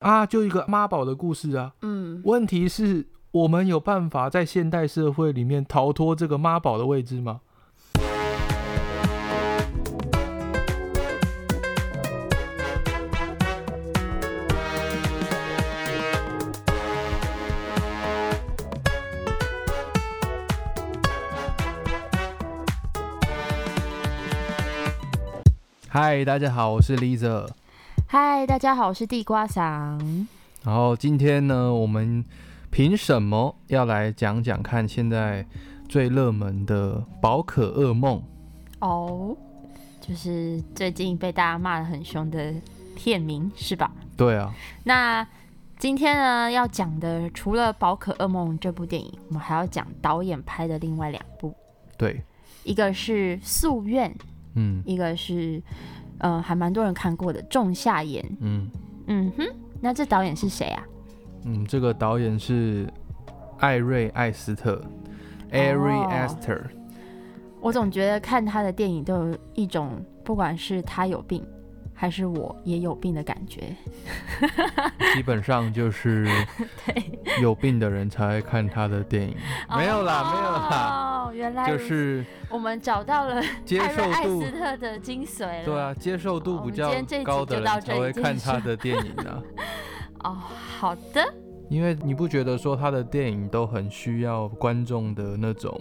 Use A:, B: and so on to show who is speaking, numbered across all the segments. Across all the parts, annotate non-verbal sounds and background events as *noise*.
A: 啊，就一个妈宝的故事啊。
B: 嗯，
A: 问题是，我们有办法在现代社会里面逃脱这个妈宝的位置吗？
C: 嗨，大家好，我是 Lisa。
B: 嗨，大家好，我是地瓜嗓。
C: 然后今天呢，我们凭什么要来讲讲看现在最热门的宝可噩梦？
B: 哦、就是最近被大家骂得很凶的片名是吧？
C: 对啊，
B: 那今天呢要讲的，除了《宝可噩梦》这部电影，我们还要讲导演拍的另外两部，
C: 对，
B: 一个是《夙愿》，
C: 嗯
B: 一个是呃还蛮多人看过的《仲夏夜》。
C: 嗯
B: 嗯哼，那这导演是谁啊？
C: 嗯，这个导演是艾瑞·艾斯特 （Ari
B: 哦
C: Aster）。
B: 我总觉得看他的电影都有一种，不管是他有病，还是我也有病的感觉。
C: 基本上就是
B: *laughs*
C: 有病的人才会看他的电影，没有啦，没有啦，
B: 哦，原来
C: 就
B: 如此
C: 是
B: 我们找到了
C: 接
B: 艾瑞
C: 受
B: 艾
C: 度
B: 斯，特的精髓了。
C: 对啊，接受度
B: 好我
C: 比
B: 们
C: 较
B: 今天这一集
C: 高的
B: 就到
C: 人才
B: 这
C: 会
B: 里结
C: 看他
B: 束 *laughs*
C: 的电影啊。
B: 哦，好的，
C: 因为你不觉得说他的电影都很需要观众的那种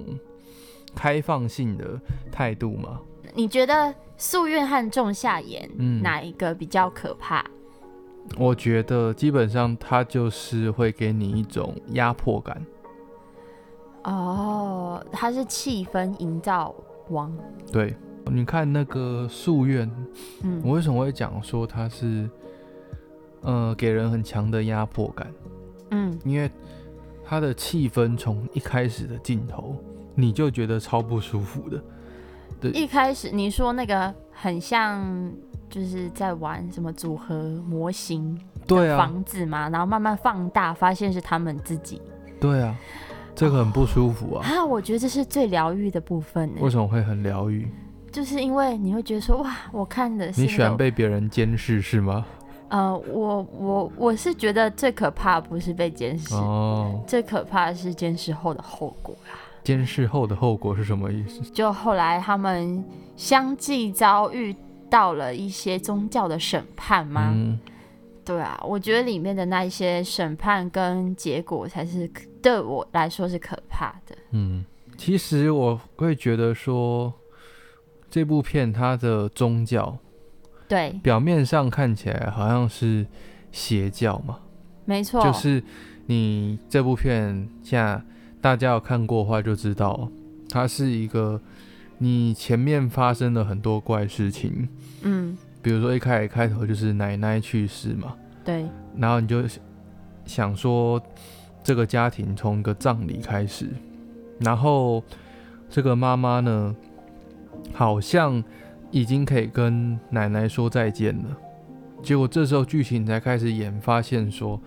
C: 开放性的态度吗？
B: 你觉得《夙愿》和《仲夏夜》
C: 嗯
B: 哪一个比较可怕？
C: 我觉得基本上他就是会给你一种压迫感，
B: 哦，他是气氛营造王。
C: 对。你看那个《夙愿》，
B: 嗯
C: 我为什么会讲说它是，呃，给人很强的压迫感？
B: 嗯，
C: 因为它的气氛从一开始的镜头，你就觉得超不舒服的。
B: 一开始你说那个很像就是在玩什么组合模型
C: 对啊，
B: 房子嘛，然后慢慢放大，发现是他们自己
C: 对啊，这个很不舒服啊。
B: 啊。我觉得这是最疗愈的部分欸呢
C: 为，什么会很疗愈？
B: 就是因为你会觉得说哇，我看的是
C: 你
B: 那
C: 喜欢
B: 种
C: 被别人监视是吗？
B: 呃，我我我是觉得最可怕不是被监视，
C: 哦，
B: 最可怕的是监视后的后果啦。
C: 监视后的后果是什么意思？
B: 就后来他们相继遭遇到了一些宗教的审判吗？
C: 嗯，
B: 对啊，我觉得里面的那一些审判跟结果才是可对我来说是可怕的。
C: 嗯，其实我会觉得说，这部片它的宗教
B: 对，
C: 表面上看起来好像是邪教嘛，
B: 没错，
C: 就是你这部片现在大家有看过的话就知道，它是一个你前面发生了很多怪事情，
B: 嗯，
C: 比如说一开始开头就是奶奶去世嘛，
B: 对，
C: 然后你就想说，这个家庭从一个葬礼开始，然后这个妈妈呢，好像已经可以跟奶奶说再见了。结果这时候剧情才开始演，发现说，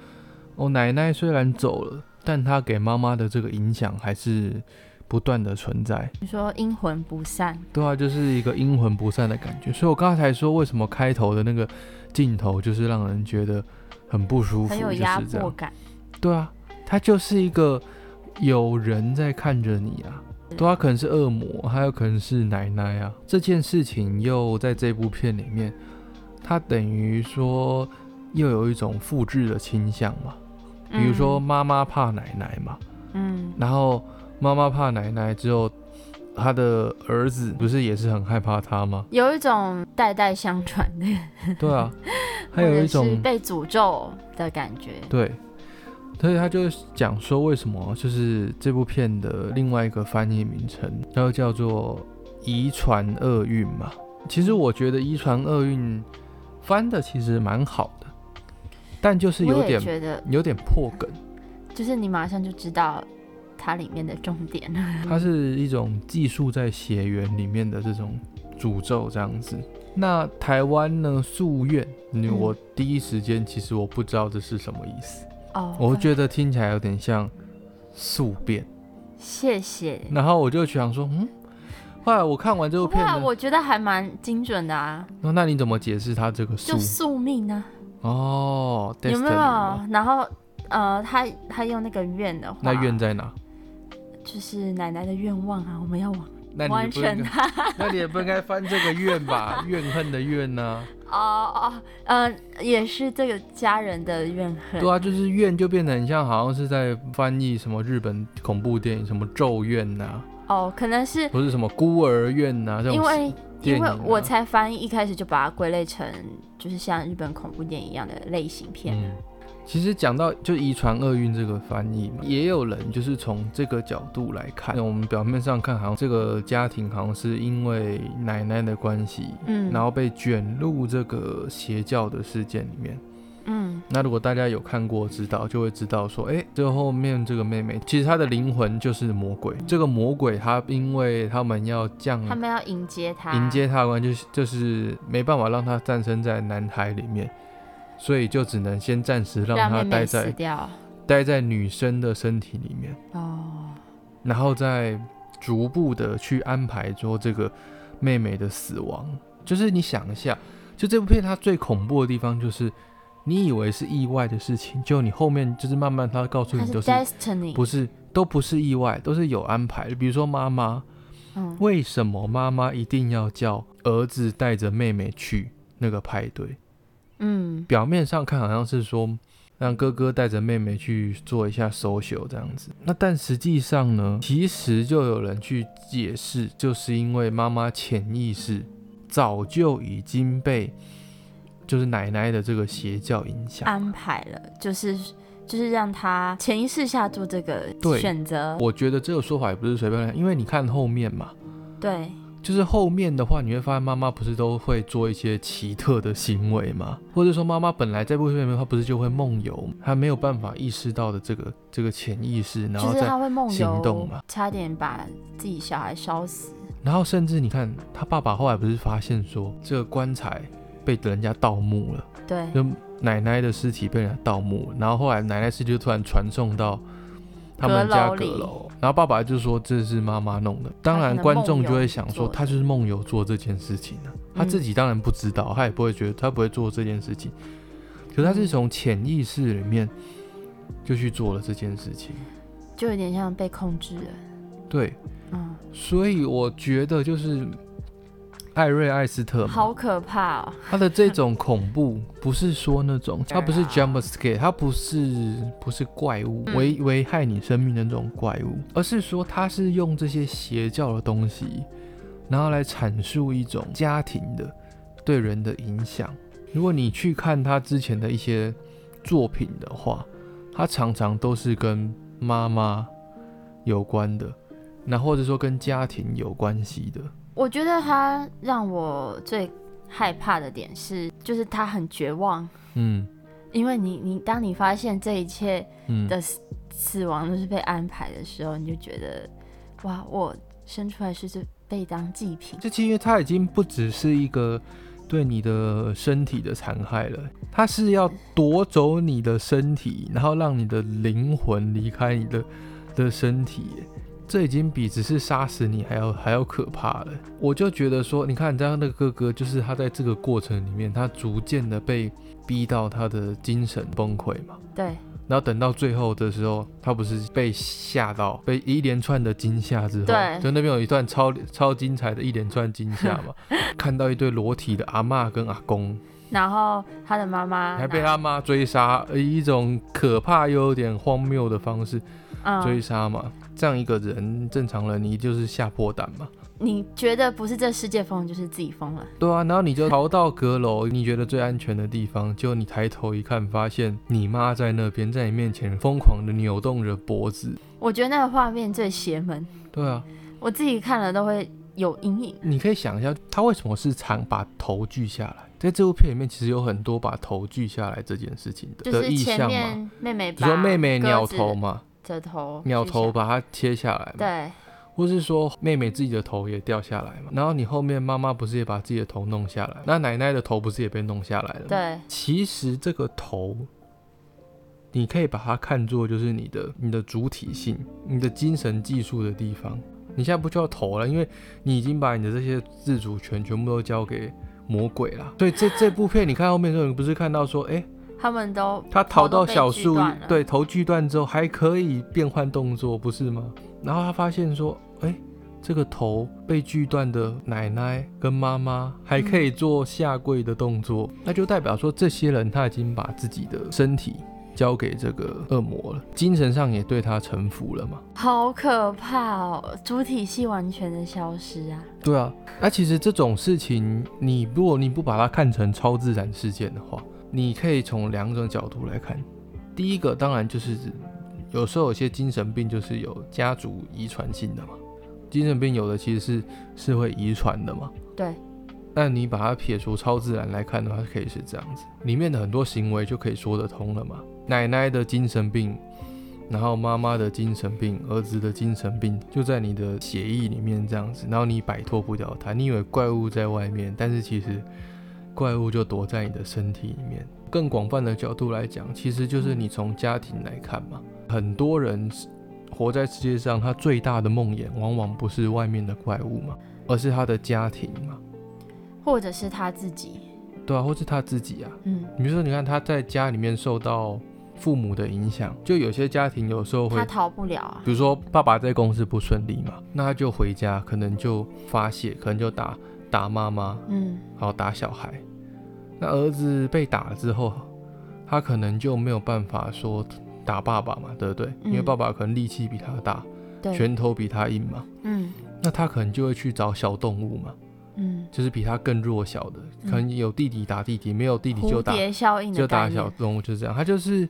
C: 哦，奶奶虽然走了，但她给妈妈的这个影响还是不断的存在。
B: 你说阴魂不散，
C: 对啊，就是一个阴魂不散的感觉。所以我刚才说，为什么开头的那个镜头就是让人觉得很不舒服，
B: 很有压
C: 就是这
B: 迫
C: 样。
B: 感。
C: 对啊，他就是一个有人在看着你啊。
B: 嗯
C: 对啊，可能是恶魔，还有可能是奶奶啊。这件事情又在这部片里面，它等于说又有一种复制的倾向嘛。比如说妈妈怕奶奶嘛，
B: 嗯，嗯，
C: 然后妈妈怕奶奶之后，她的儿子不是也是很害怕她吗？
B: 有一种代代相传的
C: 对
B: *laughs*
C: 啊，还有一
B: 或者是
C: 种
B: 被诅咒的感觉。
C: 对，所以他就讲说为什么就是这部片的另外一个翻译名称，然后叫做《遗传厄运》嘛。其实我觉得《遗传厄运》翻的其实蛮好的，但就是有
B: 我也
C: 点
B: 觉得，
C: 有点破梗，
B: 就是你马上就知道它里面的重点了。
C: 它是一种寄宿在血缘里面的这种诅咒这样子。那台湾呢，夙愿，你
B: 嗯
C: 我第一时间其实我不知道这是什么意思。
B: 哦，
C: 我觉得听起来有点像宿便，
B: 谢谢。
C: 然后我就想说，嗯，后来我看完这部
B: 不
C: 片
B: 会啊，
C: 呢，
B: 我觉得还蛮精准的啊，
C: 那那你怎么解释他这个宿
B: 就？宿命啊。
C: 哦
B: 有没
C: ，Destiny 吗
B: 有？然后呃，他他用那个愿的话，
C: 那愿在哪？
B: 就是奶奶的愿望啊，我们要往
C: 那你也
B: 完
C: 不应
B: 成
C: 该，
B: 它。
C: *laughs*
B: *laughs*
C: 那你也不应该翻这个怨吧？怨恨的怨啊呢、
B: 哦哦，嗯、呃，也是这个家人的怨恨。
C: 对啊，就是怨就变得很像，好像是在翻译什么日本恐怖电影，什么咒怨呐、
B: 哦，可能是
C: 不是什么孤儿院呐、这种。
B: 因为
C: 电
B: 因
C: 影
B: 为
C: 啊
B: 我才翻译一开始就把它归类成就是像日本恐怖电影一样的类型片了。
C: 嗯，其实讲到就遗传厄运这个翻译嘛，也有人就是从这个角度来看，我们表面上看好像这个家庭好像是因为奶奶的关系，
B: 嗯，
C: 然后被卷入这个邪教的事件里面。
B: 嗯
C: 那如果大家有看过知道，就会知道说，哎、这后面这个妹妹其实她的灵魂就是魔鬼。这个魔鬼她因为他们要降
B: 嗯他们要迎接他，
C: 迎接她的关，就是就是没办法让她诞生在男孩里面，所以就只能先暂时让
B: 让
C: 她
B: 妹
C: 待
B: 妹
C: 在
B: 死掉。
C: 待在女生的身体里面，
B: 哦，
C: 然后再逐步的去安排说这个妹妹的死亡。就是你想一下，就这部片它最恐怖的地方就是，你以为是意外的事情，就你后面就是慢慢它告诉
B: 他
C: 你
B: 是
C: 都是
B: destiny，
C: 不是都不是意外，都是有安排的。比如说妈妈，
B: 嗯，
C: 为什么妈妈一定要叫儿子带着妹妹去嗯那个派对？
B: 嗯
C: 表面上看好像是说让哥哥带着妹妹去做一下 social 这样子，那但实际上呢，其实就有人去解释，就是因为妈妈潜意识早就已经被就是奶奶的这个邪教影响。
B: 安排了，就是就是让他潜意识下做这个
C: 对
B: 选择。
C: 我觉得这个说法也不是随便乱，因为你看后面嘛，
B: 对，
C: 就是后面的话，你会发现妈妈不是都会做一些奇特的行为吗？ *laughs* 或者说妈妈本来在部分里面，她不是就会梦游，她没有办法意识到的这个这个潜意识，然
B: 就
C: 后
B: 是
C: 再
B: 他会梦
C: 行动
B: 游
C: 嘛，
B: 差点把自己小孩烧死。
C: 然后甚至你看他爸爸后来不是发现说这个棺材被人家盗墓了，
B: 对，
C: 就奶奶的尸体被人家盗墓了，然后后来奶奶尸体就突然传送到他们家
B: 阁楼
C: 阁
B: 里
C: 楼，然后爸爸就说这是妈妈弄的，当
B: 可
C: 然
B: 能
C: 观
B: 梦
C: 众就
B: 游
C: 会想
B: 做
C: 说
B: 的嗯
C: 他就是梦游做这件事情啊，他自己当然不知道，他也不会觉得他不会做这件事情，可是他是从潜意识里面就去做了这件事情，
B: 就有点像被控制了。
C: 对，
B: 嗯，
C: 所以我觉得就是艾瑞艾斯特嘛。
B: 好可怕哦。
C: 他的这种恐怖不是说那种，他不是 jump scare，他不是不是怪物
B: 嗯
C: 危危害你生命的那种怪物，而是说他是用这些邪教的东西，然后来阐述一种家庭的对人的影响。如果你去看他之前的一些作品的话，他常常都是跟妈妈有关的，那或者说跟家庭有关系的。
B: 我觉得他让我最害怕的点是，就是他很绝望，
C: 嗯
B: 因为你你当你发现这一切
C: 嗯，
B: 的死死亡都是被安排的时候，你就觉得哇，我生出来是是被当祭品。
C: 这其实它已经不只是一个对你的身体的残害了，它是要夺走你的身体，然后让你的灵魂离开你的的身体耶。这已经比只是杀死你还要还要可怕了。我就觉得说，你看，这样的哥哥，就是他在这个过程里面，他逐渐的被逼到他的精神崩溃嘛。
B: 对，
C: 然后等到最后的时候，他不是被吓到，被一连串的惊吓之后，
B: 对
C: 就那边有一段超超精彩的一连串惊吓嘛，看到一对裸体的阿嬷跟阿公，
B: 然后他的妈妈
C: 还被
B: 拿
C: 他妈追杀，以一种可怕又有点荒谬的方式追
B: 嗯，
C: 杀嘛。这样一个人，正常人你就是吓破胆嘛，
B: 你觉得不是这世界疯，就是自己疯了。
C: 对啊，然后你就逃到阁楼，你觉得最安全的地方，结果你抬头一看，发现你妈在那边，在你面前疯狂的扭动着脖子，
B: 我觉得那个画面最邪门，
C: 对啊。
B: 我自己看了都会有阴影。
C: 你可以想一下，他为什么是常把头锯下来？在这部片里面，其实有很多把头锯下来这件事情的、
B: 就
C: 的
B: 是
C: 意
B: 前
C: 象嘛。
B: 面妹妹
C: 比
B: 把
C: 如说妹妹
B: 鸽
C: 鸟
B: 子
C: 头嘛，
B: 的头
C: 鸟
B: 锯
C: 头
B: 下
C: 把它切下来嘛，
B: 对，
C: 或是说妹妹自己的头也掉下来嘛。然后你后面妈妈不是也把自己的头弄下来，那奶奶的头不是也被弄下来了？。
B: 对，
C: 其实这个头，你可以把它看作就是你的你的主体性、你的精神技术的地方。你现在不需要头了，因为你已经把你的这些自主权全部都交给魔鬼啦。所以这这部片你看后面的时候，你不是看到说，哎、
B: 他们都
C: 他逃到小
B: 头都被锯
C: 树
B: 断了，
C: 对，头锯断之后还可以变换动作，不是吗？然后他发现说，哎、这个头被锯断的奶奶跟妈妈还可
B: 嗯
C: 以做下跪的动作，那就代表说这些人他已经把自己的身体交给这个恶魔了，精神上也对他臣服了嘛。
B: 好可怕哦，主体系完全的消失啊！
C: 对啊，那、其实这种事情，你如果你不把它看成超自然事件的话，你可以从两种角度来看。第一个当然就是，有时候有些精神病就是有家族遗传性的嘛，精神病有的其实是是会遗传的嘛。
B: 对，
C: 那你把它撇除超自然来看的话，可以是这样子，里面的很多行为就可以说得通了嘛。奶奶的精神病，然后妈妈的精神病，儿子的精神病，就在你的血液里面这样子，然后你摆脱不掉它。你以为怪物在外面，但是其实怪物就躲在你的身体里面。更广泛的角度来讲，其实就是你从家庭来看嘛，很多人是活在世界上，他最大的梦魇往往不是外面的怪物嘛，而是他的家庭嘛。
B: 或者是他自己，
C: 对啊，或是他自己啊。
B: 嗯，
C: 你比如说，你看他在家里面受到父母的影响，就有些家庭有时候会
B: 他，逃不了啊
C: 比。如说爸爸在公司不顺利嘛，那他就回家，可能就发泄，可能就打打妈妈，
B: 嗯，
C: 然后打小孩。那儿子被打了之后，他可能就没有办法说打爸爸嘛，对不对？因为
B: 嗯
C: 爸爸可能力气比他大，
B: 对，
C: 拳头比他硬嘛，
B: 嗯
C: 那他可能就会去找小动物嘛，
B: 嗯，
C: 就是比他更弱小的，
B: 嗯
C: 可能有弟弟打弟弟，没有弟弟就
B: 蝴
C: 打
B: 蝶效应的
C: 就打
B: 概念
C: 小动物就是这样，它就是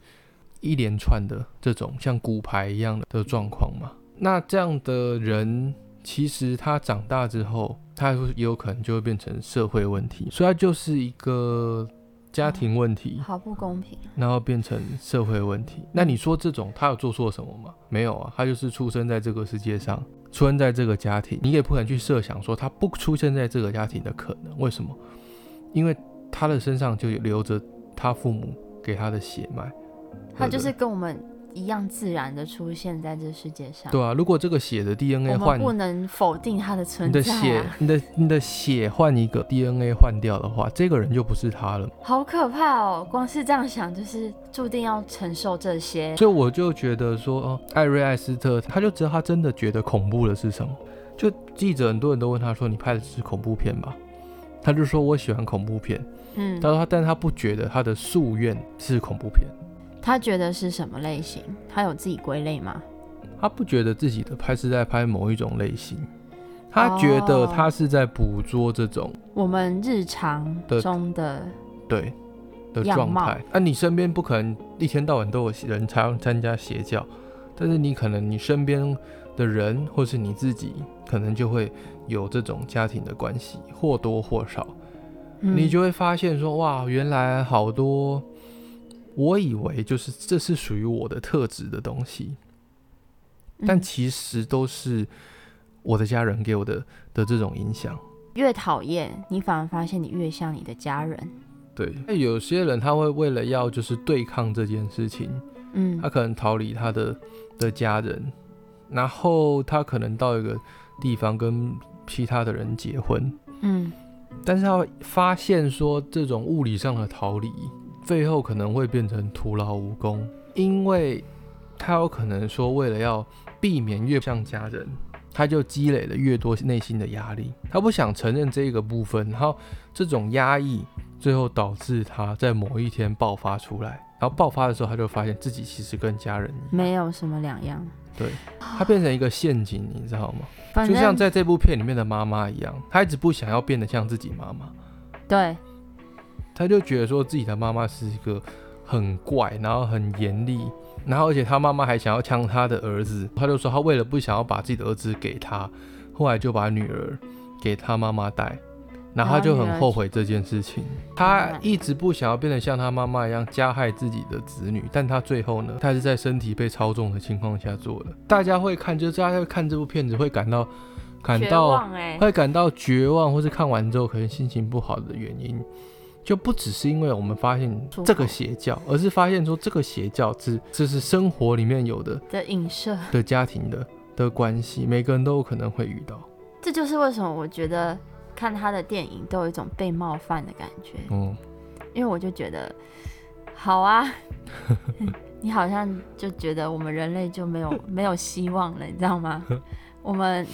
C: 一连串的这种像骨牌一样的的状况嘛。那这样的人，其实他长大之后，他也有可能就会变成社会问题，所以他就是一个家庭问题，
B: 好不公平啊。
C: 然后变成社会问题。那你说这种他有做错什么吗？没有啊，他就是出生在这个世界上。出生在这个家庭，你也不可能去设想说他不出生在这个家庭的可能。为什么？因为他的身上就有留着他父母给他的血脉。对
B: 他
C: 不
B: 就
C: 对
B: 是跟我们一样自然的出现在这世界上。
C: 对啊，如果这个血的 DNA
B: 我们
C: 换
B: 不能否定他的存
C: 你
B: 在、
C: 的
B: 啊。
C: 血，你的你的血换一个 DNA 换掉的话，这个人就不是他了。
B: 好可怕哦！光是这样想，就是注定要承受这些。
C: 所以我就觉得说，哦，艾瑞艾斯特他就知道他真的觉得恐怖的是什么。就记者很多人都问他说：“你拍的是恐怖片吧？”他就说：“我喜欢恐怖片。”
B: 嗯
C: 他，说他，但他不觉得他的夙愿是恐怖片，
B: 他觉得是什么类型？他有自己归类吗？
C: 他不觉得自己的拍是在拍某一种类型，他觉得
B: 哦
C: 他是在捕捉这种
B: 我们日常中的
C: 对的
B: 样
C: 状
B: 貌
C: 态。那、你身边不可能一天到晚都有人参参加邪教，但是你可能你身边的人或是你自己，可能就会有这种家庭的关系，或多或少，
B: 嗯
C: 你就会发现说，哇，原来好多我以为就是这是属于我的特质的东西，但
B: 嗯
C: 其实都是我的家人给我的的这种影响。
B: 越讨厌，你反而发现你越像你的家人。
C: 对，那有些人他会为了要就是对抗这件事情，
B: 嗯
C: 他可能逃离他的的家人，然后他可能到一个地方跟其他的人结婚，
B: 嗯，
C: 啊但是他发现说这种物理上的逃离，最后可能会变成徒劳无功，因为他有可能说为了要避免越像家人。他就积累了越多内心的压力，他不想承认这个部分，然后这种压抑最后导致他在某一天爆发出来，然后爆发的时候，他就发现自己其实跟家人一样。
B: 没有什么两样。
C: 它变成一个陷阱，你知道吗？
B: 反
C: 就
B: 正
C: 像在这部片里面的妈妈一样，她一直不想要变得像自己妈妈，
B: 对，
C: 她就觉得说自己的妈妈是一个很怪，然后很严厉，然后而且她妈妈还想要抢她的儿子，她就说她为了不想要把自己的儿子给她，后来就把女儿给她妈妈带。然后她就很后悔这件事情，她
B: 嗯
C: 一直不想要变得像她妈妈一样加害自己的子女，但她最后呢，她是在身体被操纵的情况下做的。大家会看，就是大家会看这部片子会感到感
B: 绝
C: 到
B: 望哎、
C: 会感到绝望，或是看完之后可能心情不好的原因，就不只是因为我们发现
B: 出口
C: 这个邪教，而是发现说这个邪教是这是生活里面有的
B: 的影射。
C: 的家庭的的关系，每个人都有可能会遇到。
B: 这就是为什么我觉得看他的电影都有一种被冒犯的感觉，
C: 嗯，
B: 因为我就觉得，好
C: *laughs*
B: 啊，你好像就觉得我们人类就
C: *laughs*
B: 没有没有希望了，你知道吗？我们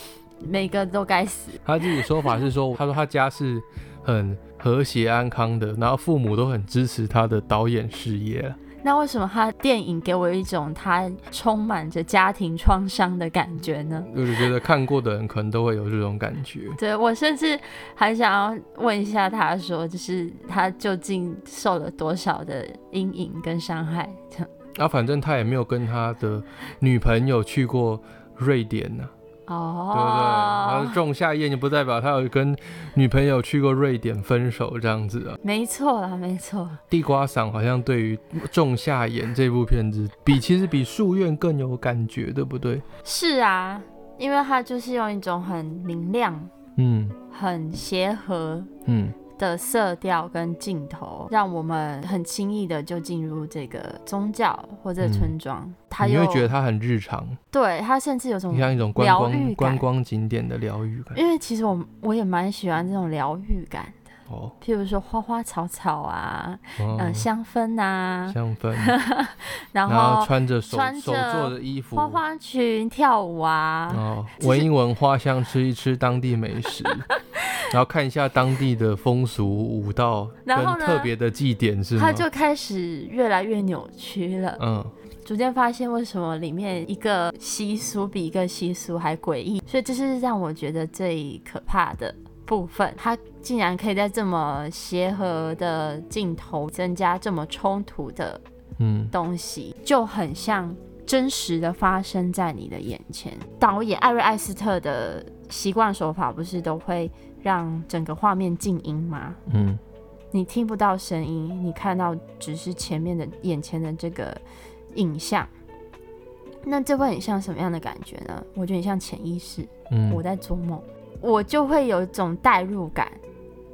B: 每个都该死，
C: 他自己说法是说，他说他家是很和谐安康的，然后父母都很支持他的导演事业啊。
B: 那为什么他电影给我一种他充满着家庭创伤的感觉呢？
C: 我就觉得看过的人可能都会有这种感觉。
B: 对我甚至还想要问一下他说，就是他究竟受了多少的阴影跟伤害？这样
C: 那、啊反正他也没有跟他的女朋友去过瑞典啊呐、对不对？然
B: 哦
C: 后，仲夏夜，你不代表他有跟女朋友去过瑞典分手这样子啊？
B: 没错啦，没错，
C: 地瓜嗓好像对于《仲夏夜这部片子，比其实比《夙愿》更有感觉，对不对？
B: 是啊，因为他就是用一种很明亮、
C: 嗯
B: 很协和
C: 嗯，
B: 的色调跟镜头，让我们很轻易的就进入这个宗教或者
C: 嗯
B: 村庄。他
C: 你
B: 又
C: 会觉得它很日常，
B: 对他甚至有种
C: 你像一种观
B: 嗯疗
C: 光
B: 愈感
C: 观光景点的疗愈感。
B: 因为其实我我也蛮喜欢这种疗愈感，
C: 哦，
B: 譬如说花花草草啊，
C: 哦
B: 呃，香氛啊，
C: 香氛，
B: *laughs*
C: 然
B: 然
C: 后
B: 后
C: 穿着手
B: 穿着
C: 手做的衣服，
B: 花花裙跳舞啊，
C: 哦，
B: 其实
C: 闻一闻花香，吃一吃当地美
B: *laughs*
C: 食，然后看一下当地的风俗舞蹈跟
B: 然后呢
C: 特别的祭典是吗
B: 他？就开始越来越扭曲了，
C: 嗯，
B: 逐渐发现为什么里面一个习俗比一个习俗还诡异，所以这是让我觉得最可怕的。部分，他竟然可以在这么协和的镜头增加这么冲突的
C: 嗯，
B: 东西，就很像真实的发生在你的眼前。导演艾瑞艾斯特的习惯手法不是都会让整个画面静音吗？
C: 嗯
B: 你听不到声音，你看到只是前面的眼前的这个影像。那这会很像什么样的感觉呢？我觉得很像潜意识，
C: 嗯
B: 我在做梦，我就会有一种代入感，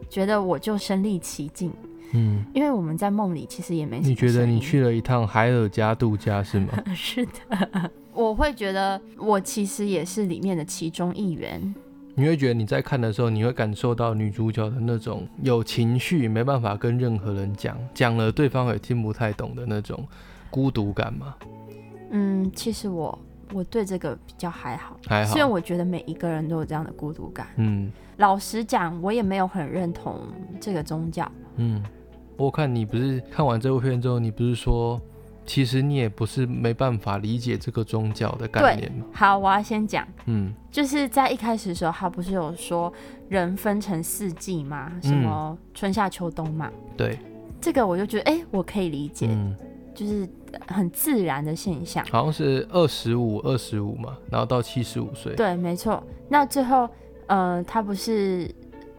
B: 觉得我就身临其境，
C: 嗯，
B: 因为我们在梦里其实也没什么
C: 你觉得
B: 声
C: 你
B: 音
C: 去了一趟海尔家度假是
B: *laughs*
C: 吗？
B: 是的，我会觉得我其实也是里面的其中一员。
C: 你会觉得你在看的时候，你会感受到女主角的那种有情绪，没办法跟任何人讲，讲了对方也听不太懂的那种孤独感吗？
B: 嗯，其实我我对这个比较还好，
C: 还好
B: 虽，然我觉得每一个人都有这样的孤独感。
C: 嗯
B: 老实讲，我也没有很认同这个宗教。
C: 嗯。我看你不是看完这部片之后，你不是说，其实你也不是没办法理解这个宗教的概念吗？
B: 好，我要先讲，
C: 嗯
B: 就是在一开始的时候，他不是有说人分成四季嘛，什
C: 嗯
B: 么春夏秋冬嘛，
C: 对，
B: 这个我就觉得，哎、我可以理解，
C: 嗯，
B: 就是很自然的现象。
C: 好像是二十五二十五嘛，然后到七十五岁，
B: 对，没错。那最后，呃，他不是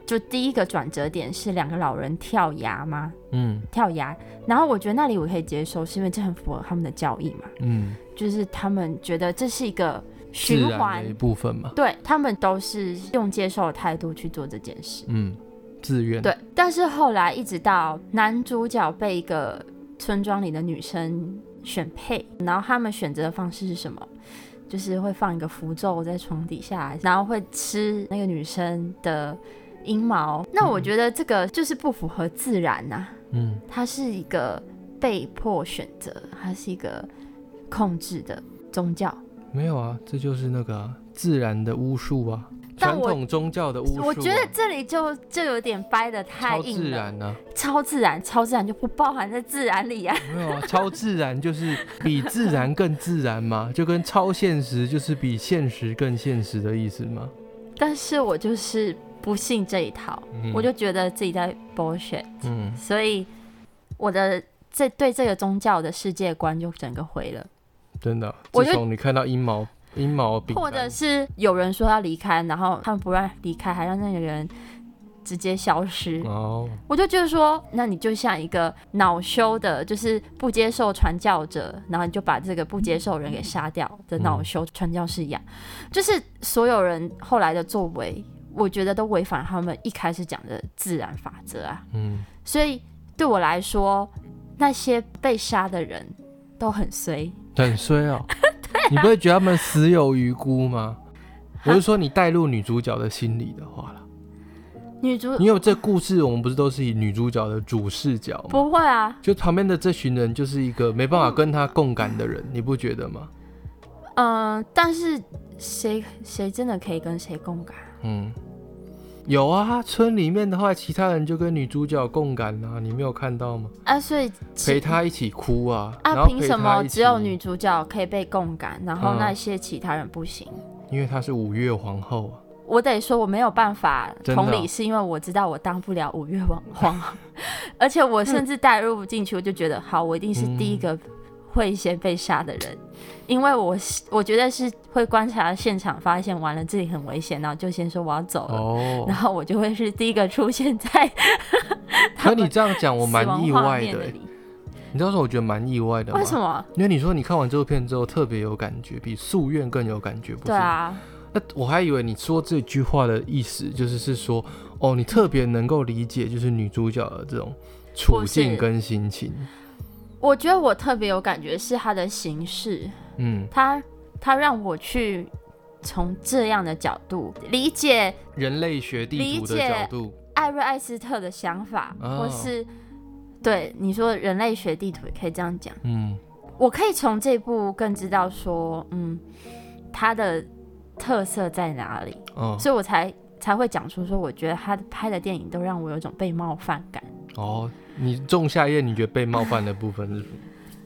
B: 就第一个转折点是两个老人跳崖吗？
C: 嗯
B: 跳崖。然后我觉得那里我可以接受，是因为这很符合他们的教义嘛，
C: 嗯，
B: 就是他们觉得这是一个
C: 自
B: 循
C: 然
B: 环
C: 的一，部分嘛，
B: 对他们都是用接受的态度去做这件事。
C: 嗯，自愿，
B: 对，但是后来一直到男主角被一个村庄里的女生选配，然后他们选择的方式是什么？就是会放一个符咒在床底下，然后会吃那个女生的阴毛。那我觉得这个就是不符合自然呐、
C: 嗯
B: 它是一个被迫选择，它是一个控制的宗教。
C: 没有啊，这就是那个啊、自然的巫术啊，
B: 但
C: 传
B: 我
C: 统宗教的巫术啊、
B: 我觉得这里就就有点掰的太
C: 超
B: 硬了，
C: 自然啊，
B: 超自然，超自然就不包含在自然里啊。
C: 没有啊，超自然就是 *laughs* 比自然更自然嘛，就跟超现实就是比现实更现实的意思嘛。
B: 但是我就是不信这一套，
C: 嗯
B: 我就觉得自己在 bullshit，
C: 嗯
B: 所以我的这对这个宗教的世界观就整个毁了，
C: 真的啊，
B: 我
C: 自
B: 就
C: 从你看到阴
B: *laughs*
C: 毛阴毛饼干，
B: 或者是有人说要离开，然后他们不让离开，还让那个人直接消失，
C: 哦，
B: 我就觉得说，那你就像一个恼羞的，就是不接受传教者，然后你就把这个不接受人给杀掉的恼羞传教士一样，就是所有人后来的作为，我觉得都违反他们一开始讲的自然法则啊。
C: 嗯
B: 所以对我来说，那些被杀的人都很衰，
C: 很衰
B: *laughs*
C: 哦。你不会觉得他们死有余辜吗？我是说你带入女主角的心理的话啦，
B: 女主
C: 因为这故事我们不是都是以女主角的主视角吗？
B: 不会啊，
C: 就旁边的这群人就是一个没办法跟她共感的人，你不觉得吗？
B: 嗯、但是谁谁真的可以跟谁共感？啊
C: 嗯，有啊，村里面的话，其他人就跟女主角共感啊，你没有看到吗？
B: 啊，所以其
C: 陪她一起哭啊，然
B: 啊，
C: 后
B: 凭
C: 陪
B: 什么
C: 她一起
B: 只有女？主角可以被共感，然后
C: 嗯
B: 那些其他人不行？
C: 因为她是五月皇后啊，
B: 我得说我没有办法
C: 真的哦
B: 同理，是因为我知道我当不了五月王皇， *laughs* 而且
C: 嗯
B: 我甚至带入不进去，我就觉得好，我一定是第一个会先被杀的人，因为我是我觉得是会观察现场，发现完了这里很危险，然后就先说我要走了，
C: 哦
B: 然，后我就会是第一个出现在
C: *laughs*
B: 他
C: 可
B: 们
C: 你这样讲，我蛮
B: 死亡
C: 意
B: 画
C: 外
B: 面
C: 的、
B: *laughs* 那
C: 欸。
B: 里
C: 你知道为什么我觉得蛮意外的吗？
B: 为什么？
C: 因为你说你看完这部片之后特别有感觉，比《夙愿》更有感觉，不是？
B: 对啊，
C: 那我还以为你说这句话的意思就是是说，哦，你特别能够理解就是女主角的这种处境跟心情。
B: 我觉得我特别有感觉是它的形式，
C: 嗯，
B: 它它让我去从这样的角度理解
C: 人类学地图的
B: 理解
C: 角度，
B: 艾瑞艾斯特的想法，
C: 哦
B: 或是对你说人类学地图也可以这样讲。
C: 嗯
B: 我可以从这部更知道说，嗯，它的特色在哪里，
C: 哦
B: 所以我才才会讲出说，我觉得他拍的电影都让我有一种被冒犯感。
C: 哦，你仲夏夜你觉得被冒犯的部分是什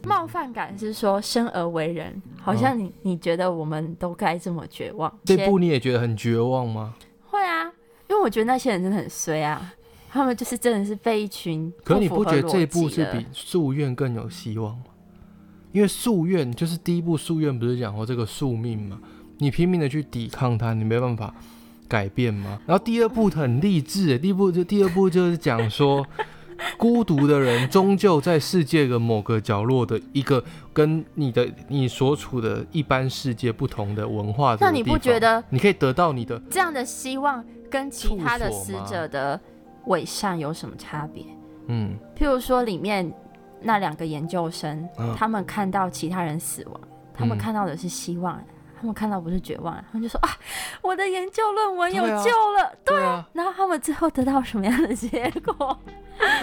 B: 嗯
C: 么？
B: 冒犯感是说生而为人，好像你、你觉得我们都该这么绝望。
C: 这部你也觉得很绝望吗？
B: 会啊，因为我觉得那些人真的很衰啊，他们就是真的是被一群
C: 可是
B: 符
C: 你不
B: 合
C: 觉得这
B: 逻
C: 部
B: 辑
C: 是
B: 的
C: 比《夙愿》更有希望吗？因为《夙愿》就是第一部，《夙愿》不是讲过这个宿命嘛？你拼命的去抵抗它，你没办法改变嘛。然后第二部很励志耶，第一部就第二部就是讲说， *laughs* 孤独的人终究在世界的某个角落的一个跟你的你所处的一般世界不同的文化的
B: 那你
C: 地
B: 不
C: 方
B: 觉得
C: 你可以得到你的
B: 这样的希望跟其他的
C: 处
B: 死
C: 所吗
B: 者的伪善有什么差别？
C: 嗯
B: 譬如说，里面那两个研究生，
C: 嗯
B: 他们看到其他人死亡，他们
C: 嗯
B: 看到的是希望，他们看到不是绝望，他们就说啊，我的研究论文有
C: 对啊
B: 救了。
C: 对啊，
B: 然后他们最后得到什么样的结果？
C: *laughs*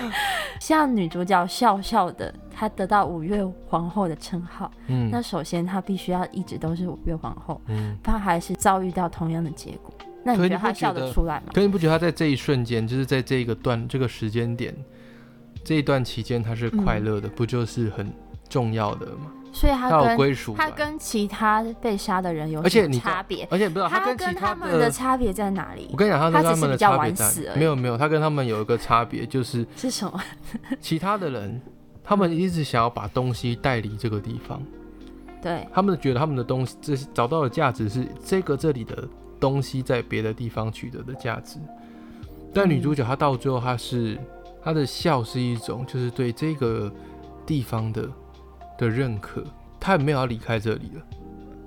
B: 像女主角笑笑的，她得到五月皇后的称号，那
C: 嗯
B: 首先她必须要一直都是五月皇后，
C: 嗯。
B: 不然还是遭遇到同样的结果。那你
C: 可
B: 觉
C: 你
B: 得
C: 不
B: 她
C: 觉
B: 笑
C: 得
B: 得出来吗？
C: 可你不觉得他在这一瞬间，就是在这一个段、这个时间点、这一段期间，他是快乐的，不就是很重要的吗？
B: 所以她
C: 他有
B: 嗯跟
C: 归属
B: 她
C: 感。
B: 跟其他被杀的人有
C: 而且
B: 什么
C: 你
B: 差别？
C: 而且不知道
B: 她
C: 跟其
B: 他们
C: 的，
B: 的差别在哪里
C: 我？跟你讲，他跟
B: 他只
C: 他
B: 是
C: 们的
B: 比较
C: 差别
B: 晚
C: 在
B: 死而已
C: 没有没有，他跟他们有一个差别，
B: *laughs*
C: 就是
B: 是什么？
C: 其他的人，他们一直想要把东西带离这个地方，
B: 对，
C: 他们觉得他们的东西，这是找到的价值是这个这里的东西在别的地方取得的价值。但女主角她到最后，她是她的笑是一种，就是对这个地方的的认可，她也没有要离开这里了，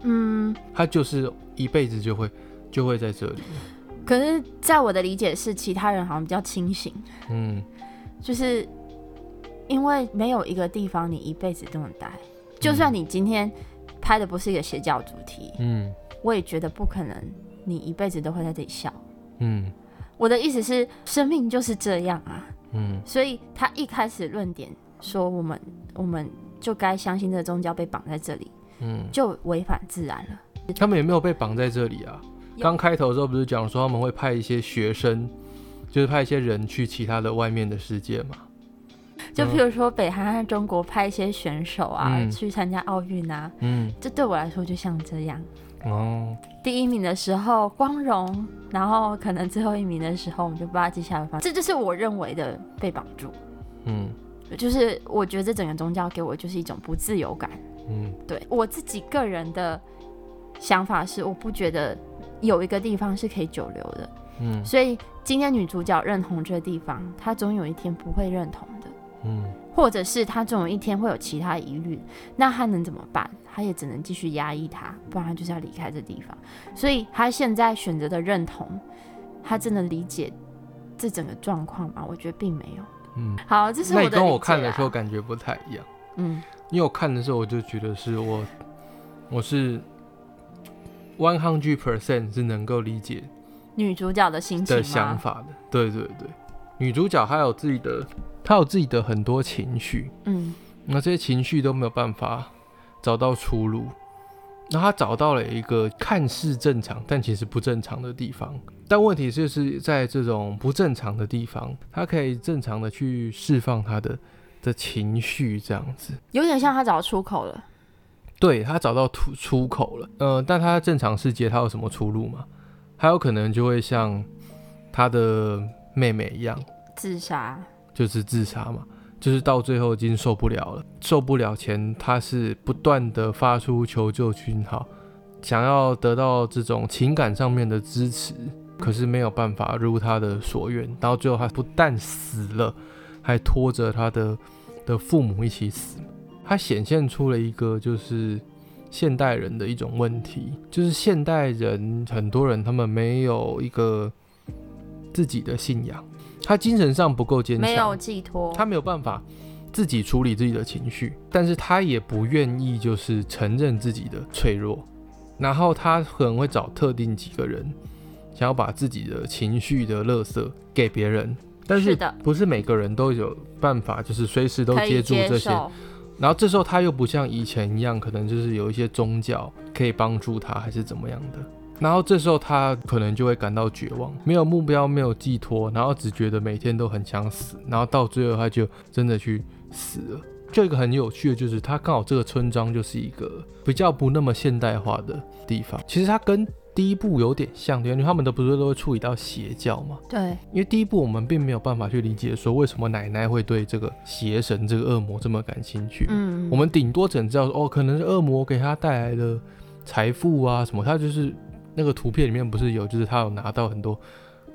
B: 嗯，
C: 她就是一辈子就会就会在这里。
B: 可是在我的理解是，其他人好像比较清醒，
C: 嗯，
B: 就是因为没有一个地方你一辈子都能待，就算你今天拍的不是一个邪教主题，
C: 嗯
B: 我也觉得不可能你一辈子都会在这里笑。
C: 嗯
B: 我的意思是，生命就是这样啊，
C: 嗯
B: 所以他一开始论点说我们我们就该相信这个宗教被绑在这里，
C: 嗯，
B: 就违反自然了。
C: 他们也没有被绑在这里啊。
B: 有
C: 刚开头的时候不是讲说他们会派一些学生，就是派一些人去其他的外面的世界嘛？
B: 就譬如说北韩和中国派一些选手啊、
C: 嗯
B: 去参加奥运啊，
C: 嗯
B: 这对我来说就像这样。
C: 哦。
B: 第一名的时候光荣，然后可能最后一名的时候我们就不知道接下来会发生，这就是我认为的被绑住。
C: 嗯
B: 就是我觉得这整个宗教给我就是一种不自由感。
C: 嗯
B: 对我自己个人的想法是，我不觉得有一个地方是可以久留的。
C: 嗯
B: 所以今天女主角认同这个地方，她总有一天不会认同的。
C: 嗯
B: 或者是他总有一天会有其他疑虑，那他能怎么办？他也只能继续压抑他，不然他就是要离开这地方。所以他现在选择的认同，他真的理解这整个状况吗？我觉得并没有。
C: 嗯。
B: 好，这是
C: 那
B: 我的
C: 你跟
B: 理
C: 我
B: 解
C: 看的
B: 啦
C: 时候，感觉不太一样，
B: 嗯，
C: 因为我看的时候我就觉得是我我是 one hundred percent 是能够理解
B: 女主角的心情
C: 的
B: 吗？
C: 想法的。对对对，女主角她有自己的，她有自己的很多情绪，
B: 嗯
C: 那这些情绪都没有办法找到出路。那她找到了一个看似正常，但其实不正常的地方。但问题就是在这种不正常的地方，她可以正常的去释放她的的情绪，这样子。
B: 有点像他找出口了。
C: 对他找到出出口了，呃，但他正常世界他有什么出路吗？他有可能就会像他的妹妹一样，
B: 自杀，
C: 就是自杀嘛，就是到最后已经受不了了，受不了前他是不断的发出求救讯号，想要得到这种情感上面的支持，可是没有办法如他的所愿，到最后他不但死了，还拖着他的的父母一起死，他显现出了一个就是。现代人的一种问题，就是现代人很多人他们没有一个自己的信仰，他精神上不够坚强，
B: 没有寄托。
C: 他没有办法自己处理自己的情绪，但是他也不愿意就是承认自己的脆弱，然后他可能会找特定几个人，想要把自己的情绪的垃圾给别人，但
B: 是
C: 是
B: 的，
C: 不是每个人都有办法，就是随时都
B: 可以
C: 接住
B: 接
C: 这些。
B: 受。
C: 然后这时候他又不像以前一样，可能就是有一些宗教可以帮助他，还是怎么样的。然后这时候他可能就会感到绝望，没有目标，没有寄托，然后只觉得每天都很想死，然后到最后他就真的去死了。这个很有趣的就是，他刚好这个村庄就是一个比较不那么现代化的地方。其实它跟第一部有点像，因为他们都不是都会处理到邪教嘛。
B: 对，
C: 因为第一部我们并没有办法去理解说为什么奶奶会对这个邪神、这个恶魔这么感兴趣。
B: 嗯，
C: 我们顶多只能知道说哦，可能是恶魔给他带来的财富啊什么。他就是那个图片里面不是有，就是他有拿到很多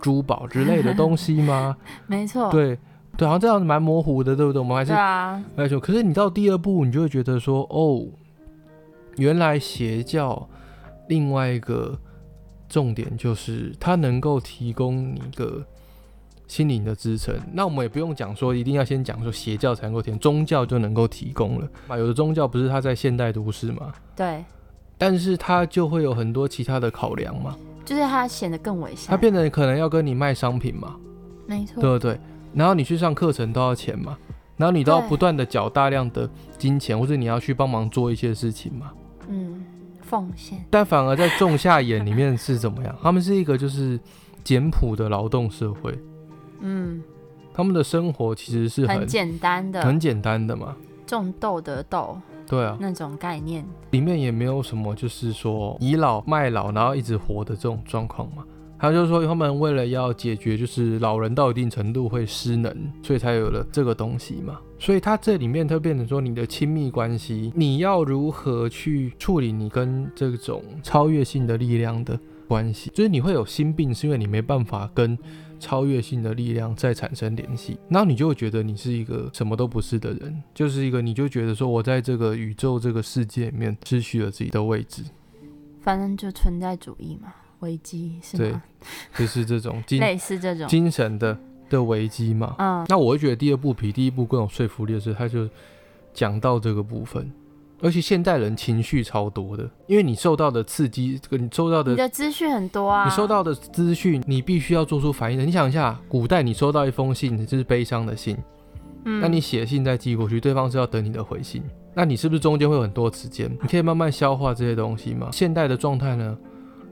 C: 珠宝之类的东西吗？
B: 没错，
C: 对对，好像这样蛮模糊的，对不对？我们还是
B: 对啊，
C: 来说，可是你到第二部，你就会觉得说哦，原来邪教另外一个重点就是它能够提供你一个。心灵的支撑，那我们也不用讲说一定要先讲说邪教才能够提供，宗教就能够提供了啊。有的宗教不是它在现代都市嘛，
B: 对，
C: 但是它就会有很多其他的考量嘛，
B: 就是他显得更伪
C: 它
B: 善。
C: 变得可能要跟你卖商品嘛，
B: 没错，
C: 对不对？然后你去上课程都要钱嘛，然后你都要
B: 对
C: 不断的缴大量的金钱，或者你要去帮忙做一些事情嘛。
B: 嗯，奉献，
C: 但反而在仲夏眼里面是怎么
B: *laughs*
C: 样？他们是一个就是简朴的劳动社会，
B: 嗯，
C: 他们的生活其实是
B: 很
C: 很
B: 简单的
C: 很简单的嘛。
B: 种豆得豆
C: 对啊，
B: 那种概念。
C: 里面也没有什么就是说倚老卖老，然后一直活的这种状况嘛。还有就是说，他们为了要解决就是老人到一定程度会失能，所以才有了这个东西嘛。所以它这里面就变成说，你的亲密关系，你要如何去处理你跟这种超越性的力量的关系？就是你会有心病，是因为你没办法跟超越性的力量再产生联系，然后你就会觉得你是一个什么都不是的人，就是一个你就觉得说我在这个宇宙这个世界里面失去了自己的位置，
B: 反正就存在主义嘛，危机是吗？
C: *laughs* 就是这种
B: *laughs*
C: 精
B: 类似这种，
C: 精神的的危机嘛。
B: 嗯，
C: 那我会觉得第二部比第一部更有说服力的是，他就讲到这个部分，而且现代人情绪超多的，因为你受到的刺激，这个你受到的
B: 你的资讯很多啊，
C: 你收到的资讯，你必须要做出反应的。你想一下，古代你收到一封信，这是悲伤的信，
B: 嗯，
C: 那你写信再寄过去，对方是要等你的回信，那你是不是中间会有很多时间？你可以慢慢消化这些东西吗？现代的状态呢，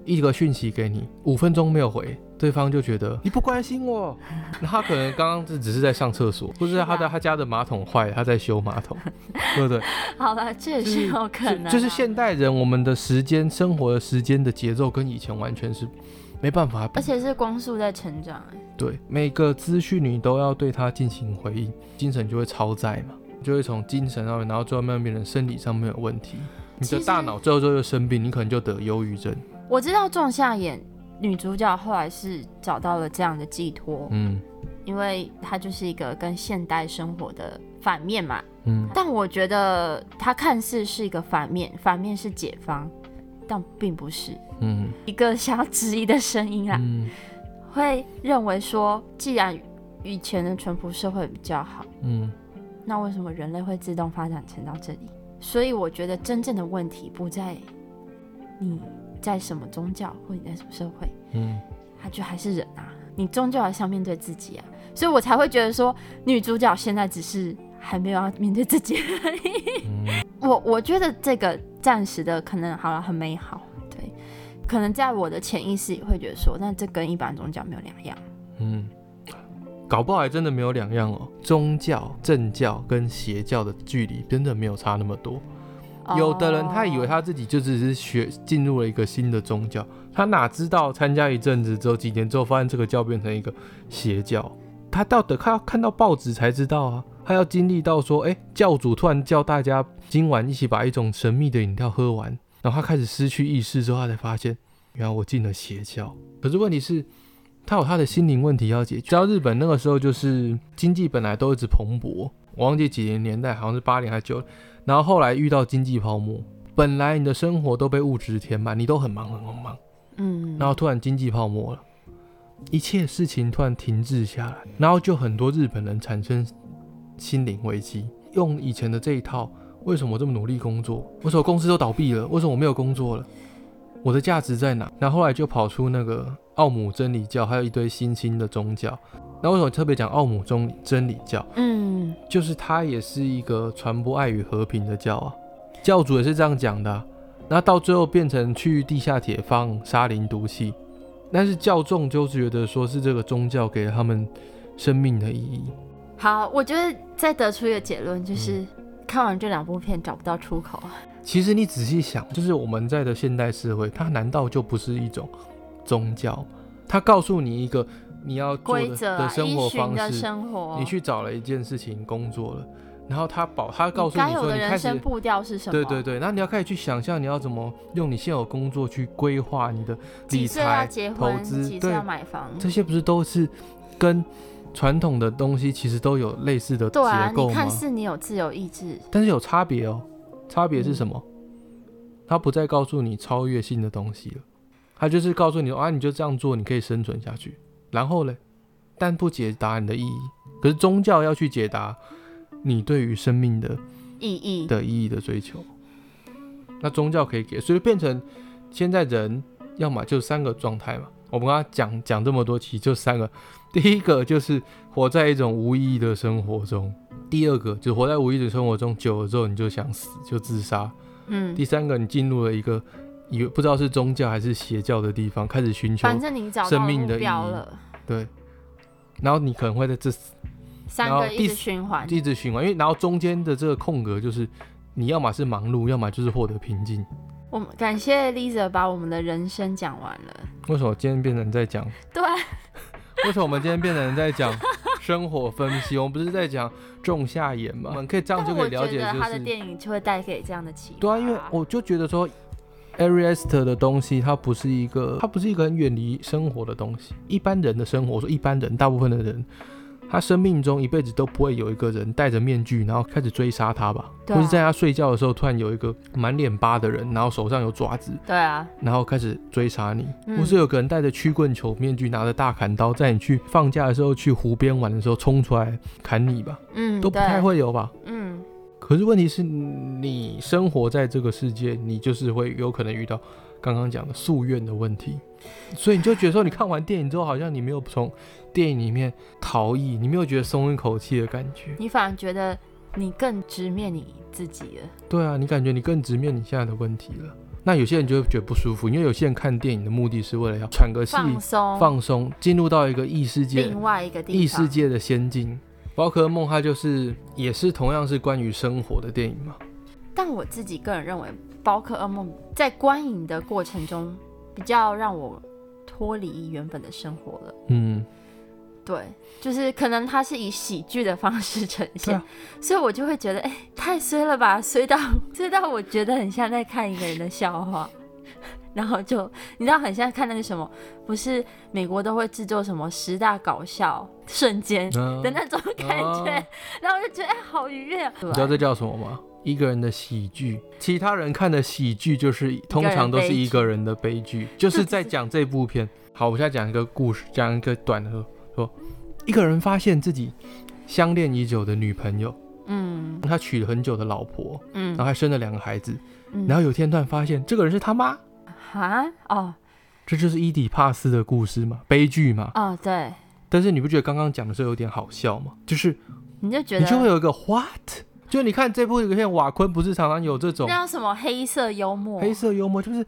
C: 一个讯息给你，五分钟没有回，对方就觉得你不关心我， *laughs* 那他可能刚刚这只是在上厕所，
B: *laughs*
C: 或者是他
B: 是
C: 在
B: 啊
C: 他家的马桶坏了，他在修马
B: *laughs*
C: 桶，对不对？
B: 好了，这也是有可能啊，
C: 就是现代人我们的时间、生活的时间的节奏跟以前完全是没办法比
B: 而。且是光速在成长、欸
C: 对，每个资讯你都要对它进行回应，精神就会超载嘛，就会从精神上面，然后最后慢慢变成身体上面有问题，你
B: 其
C: 的
B: 实
C: 大脑最后就生病，你可能就得忧郁症。
B: 我知道仲夏演女主角后来是找到了这样的寄托，
C: 嗯
B: 因为她就是一个跟现代生活的反面嘛。
C: 嗯，
B: 但我觉得她看似是一个反面，反面是解放，但并不是
C: 嗯
B: 一个想要质疑的声音啦，
C: 嗯
B: 会认为说，既然以前的淳朴社会比较好，
C: 嗯，
B: 那为什么人类会自动发展成到这里？所以我觉得真正的问题不在你在什么宗教或者你在什么社会，
C: 嗯，
B: 他就还是人啊，你终究还是要面对自己啊，所以我才会觉得说女主角现在只是还没有要面对自己而已。
C: 嗯
B: 我我觉得这个暂时的可能好了很美好，对，可能在我的潜意识里会觉得说，那这跟一般宗教没有两样。
D: 嗯，
C: 搞不好还真的没有两样哦。宗教、正教跟邪教的距离真的没有差那么多。有的人他以为
B: 哦
C: 他自己就只是学进入了一个新的宗教，他哪知道参加一阵子之后，几年之后发现这个教变成一个邪教。他到的看看到报纸才知道啊，他要经历到说，哎、教主突然叫大家今晚一起把一种神秘的饮料喝完，然后他开始失去意识之后，他才发现，原来我进了邪教。可是问题是，他有他的心灵问题要解决。知道日本那个时候就是经济本来都一直蓬勃，我忘记几年年代，好像是八零还是九然后后来遇到经济泡沫，本来你的生活都被物质填满，你都很忙很忙很忙，
B: 嗯，
C: 然后突然经济泡沫了，一切事情突然停滞下来，然后就很多日本人产生心灵危机，用以前的这一套，为什么我这么努力工作？为什么公司都倒闭了？为什么我没有工作了？我的价值在哪？然后后来就跑出那个奥姆真理教，还有一堆新兴的宗教。那为什么特别讲奥姆中真理教？
B: 嗯，
C: 就是它也是一个传播爱与和平的教啊，教主也是这样讲的啊、那到最后变成去地下铁放沙林毒气，但是教众就觉得说是这个宗教给了他们生命的意义。
B: 好，我觉得再得出一个结论就是。
C: 嗯
B: 看完这两部片找不到出口，
C: 其实你仔细想，就是我们在的现代社会，它难道就不是一种宗教？它告诉你一个你要做
B: 规
C: 的,、
B: 则啊、
C: 生活
B: 依循
C: 方
B: 的
C: 式，
B: 生活，
C: 你去找了一件事情工作了，然后他保他
B: 你
C: 告诉
B: 该
C: 你
B: 有
C: 说
B: 的
C: 你
B: 人
C: 开始
B: 生步调是什么？
C: 对对对，那你要开始去想象你要怎么用你现有工作去规划你的
B: 几
C: 理
B: 岁要
C: 财、
B: 结
C: 投
B: 婚，
C: 资，
B: 几岁
C: 对
B: 要，买房，
C: 这些不是都是跟传统的东西其实都有类似的结
B: 对啊，
C: 构
B: 你
C: 吗？
B: 看似你有自由意志，
C: 但是有差别哦，差别
B: 嗯
C: 是什么？它不再告诉你超越性的东西了，它就是告诉你啊，你就这样做，你可以生存下去。然后嘞，但不解答你的意义。可是宗教要去解答你对于生命的
B: 意义，
C: 的意义的追求。那宗教可以给，所以变成现在人要么就三个状态嘛。我们刚刚讲讲这么多，其实就三个。第一个就是活在一种无意义的生活中，第二个就是活在无意义的生活中久了之后你就想死，就自杀。
B: 嗯
C: 第，三个，你进入了一个以为不知道是宗教还是邪教的地方，开始寻求
B: 反正你找到
C: 生命
B: 目
C: 的
B: 标
C: 意义
B: 了，
C: 对，然后你可能会在这
B: 三
C: 然后
B: 个
C: 第
B: 一直
C: 四
B: 循环，
C: 一直循环，因为然后中间的这个空格就是你要么是忙碌，要么就是获得平静。
B: 我们感谢 Lisa 把我们的人生讲完了，
C: 为什么今天变成在讲
B: 对啊，
C: 为什么我们今天变成在
B: *laughs*
C: 讲生活分析？我们不是在讲仲夏夜吗？我们可以这样
B: *laughs* 但
C: 就可
B: 我
C: 以了
B: 觉
C: 解，
B: 得
C: 就
B: 他的
C: 是
B: 电影就会带给这样的启发，
C: 对啊，因为我就觉得说 a r i e s t 的东西，它不是一个，它不是一个很远离生活的东西。一般人的生活，我说一般人，大部分的人，他生命中一辈子都不会有一个人戴着面具，然后开始追杀他吧，
B: 对啊
C: 或是在他睡觉的时候，突然有一个满脸疤的人，然后手上有爪子，
B: 对啊，
C: 然后开始追杀你，
B: 嗯
C: 或是有个人戴着曲棍球面具，拿着大砍刀，在你去放假的时候去湖边玩的时候冲出来砍你吧，
B: 嗯，
C: 都不
B: 对
C: 太，会有吧？
B: 嗯，
C: 可是问题是你生活在这个世界，你就是会有可能遇到刚刚讲的夙愿的问题，所以你就觉得说，你看完电影之后，好像你没有从电影里面逃逸，你没有觉得松一口气的感觉。
B: 你反而觉得你更直面你自己了，
C: 对啊，你感觉你更直面你现在的问题了。那有些人就会觉得不舒服，因为有些人看电影的目的是为了要喘个气，
B: 放松，
C: 放松，进入到一个异世界
B: 另，外一个地方，
C: 异世界的仙境。宝可梦它就是也是同样是关于生活的电影嘛，
B: 但我自己个人认为，《宝可梦》在观影的过程中，比较让我脱离原本的生活了。
C: 嗯，
B: 对，就是可能它是以喜剧的方式呈
C: 对
B: 现，
C: 啊
B: 所以我就会觉得，哎、太衰了吧，衰到 *laughs* 衰到我觉得很像在看一个人的笑话。 *laughs* 然后就你知道，很像看那个什么，不是美国都会制作什么十大搞笑瞬间
C: 嗯
B: 的那种感觉，
C: 哦
B: *laughs* 然后我就觉得哎好愉悦、啊。
C: 你知道这叫什么吗？一个人的喜剧，其他人看的喜剧就是通常都是一个人的悲剧，就是在讲这部
B: *laughs*
C: 片。好，我现在讲一个故事，讲一个短的，说一个人发现自己相恋已久的女朋友，
B: 嗯
C: 他娶了很久的老婆，
B: 嗯
C: 啊然后还生了两个孩子，
B: 嗯，
C: 然后有一天突然发现这个人是他妈，
B: 哈哦，
C: 这就是伊底帕斯的故事嘛，悲剧嘛。
B: 哦，对，
C: 但是你不觉得刚刚讲的时候有点好笑吗？就是
B: 你就觉
C: 你
B: 得
C: 就会有一个 what，就你看这部影片，瓦昆不是常常有这种
B: 那叫什么黑色幽默？
C: 黑色幽默，就是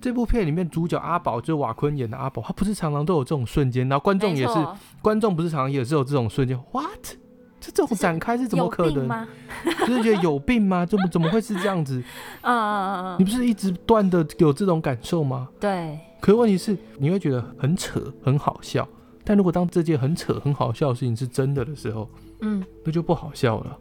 C: 这部片里面主角阿宝，就是瓦昆演的阿宝，他不是常常都有这种瞬间，然后观众也是，
B: 没错
C: 观众不是常常也是有这种瞬间，what？这这种展开是怎么
B: 有
C: 可
B: 病
C: 能？
B: 吗？
C: 就是觉得有病吗？怎么怎么会是这样子？
B: 嗯嗯嗯
C: 你
B: 嗯
C: 不是一直不断的有这种感受吗？
B: 嗯，对，
C: 可是问题是，你会觉得很扯，很好笑。但如果当这件很扯、很好笑的事情是真的的时候，
B: 嗯，
C: 那就不好笑了。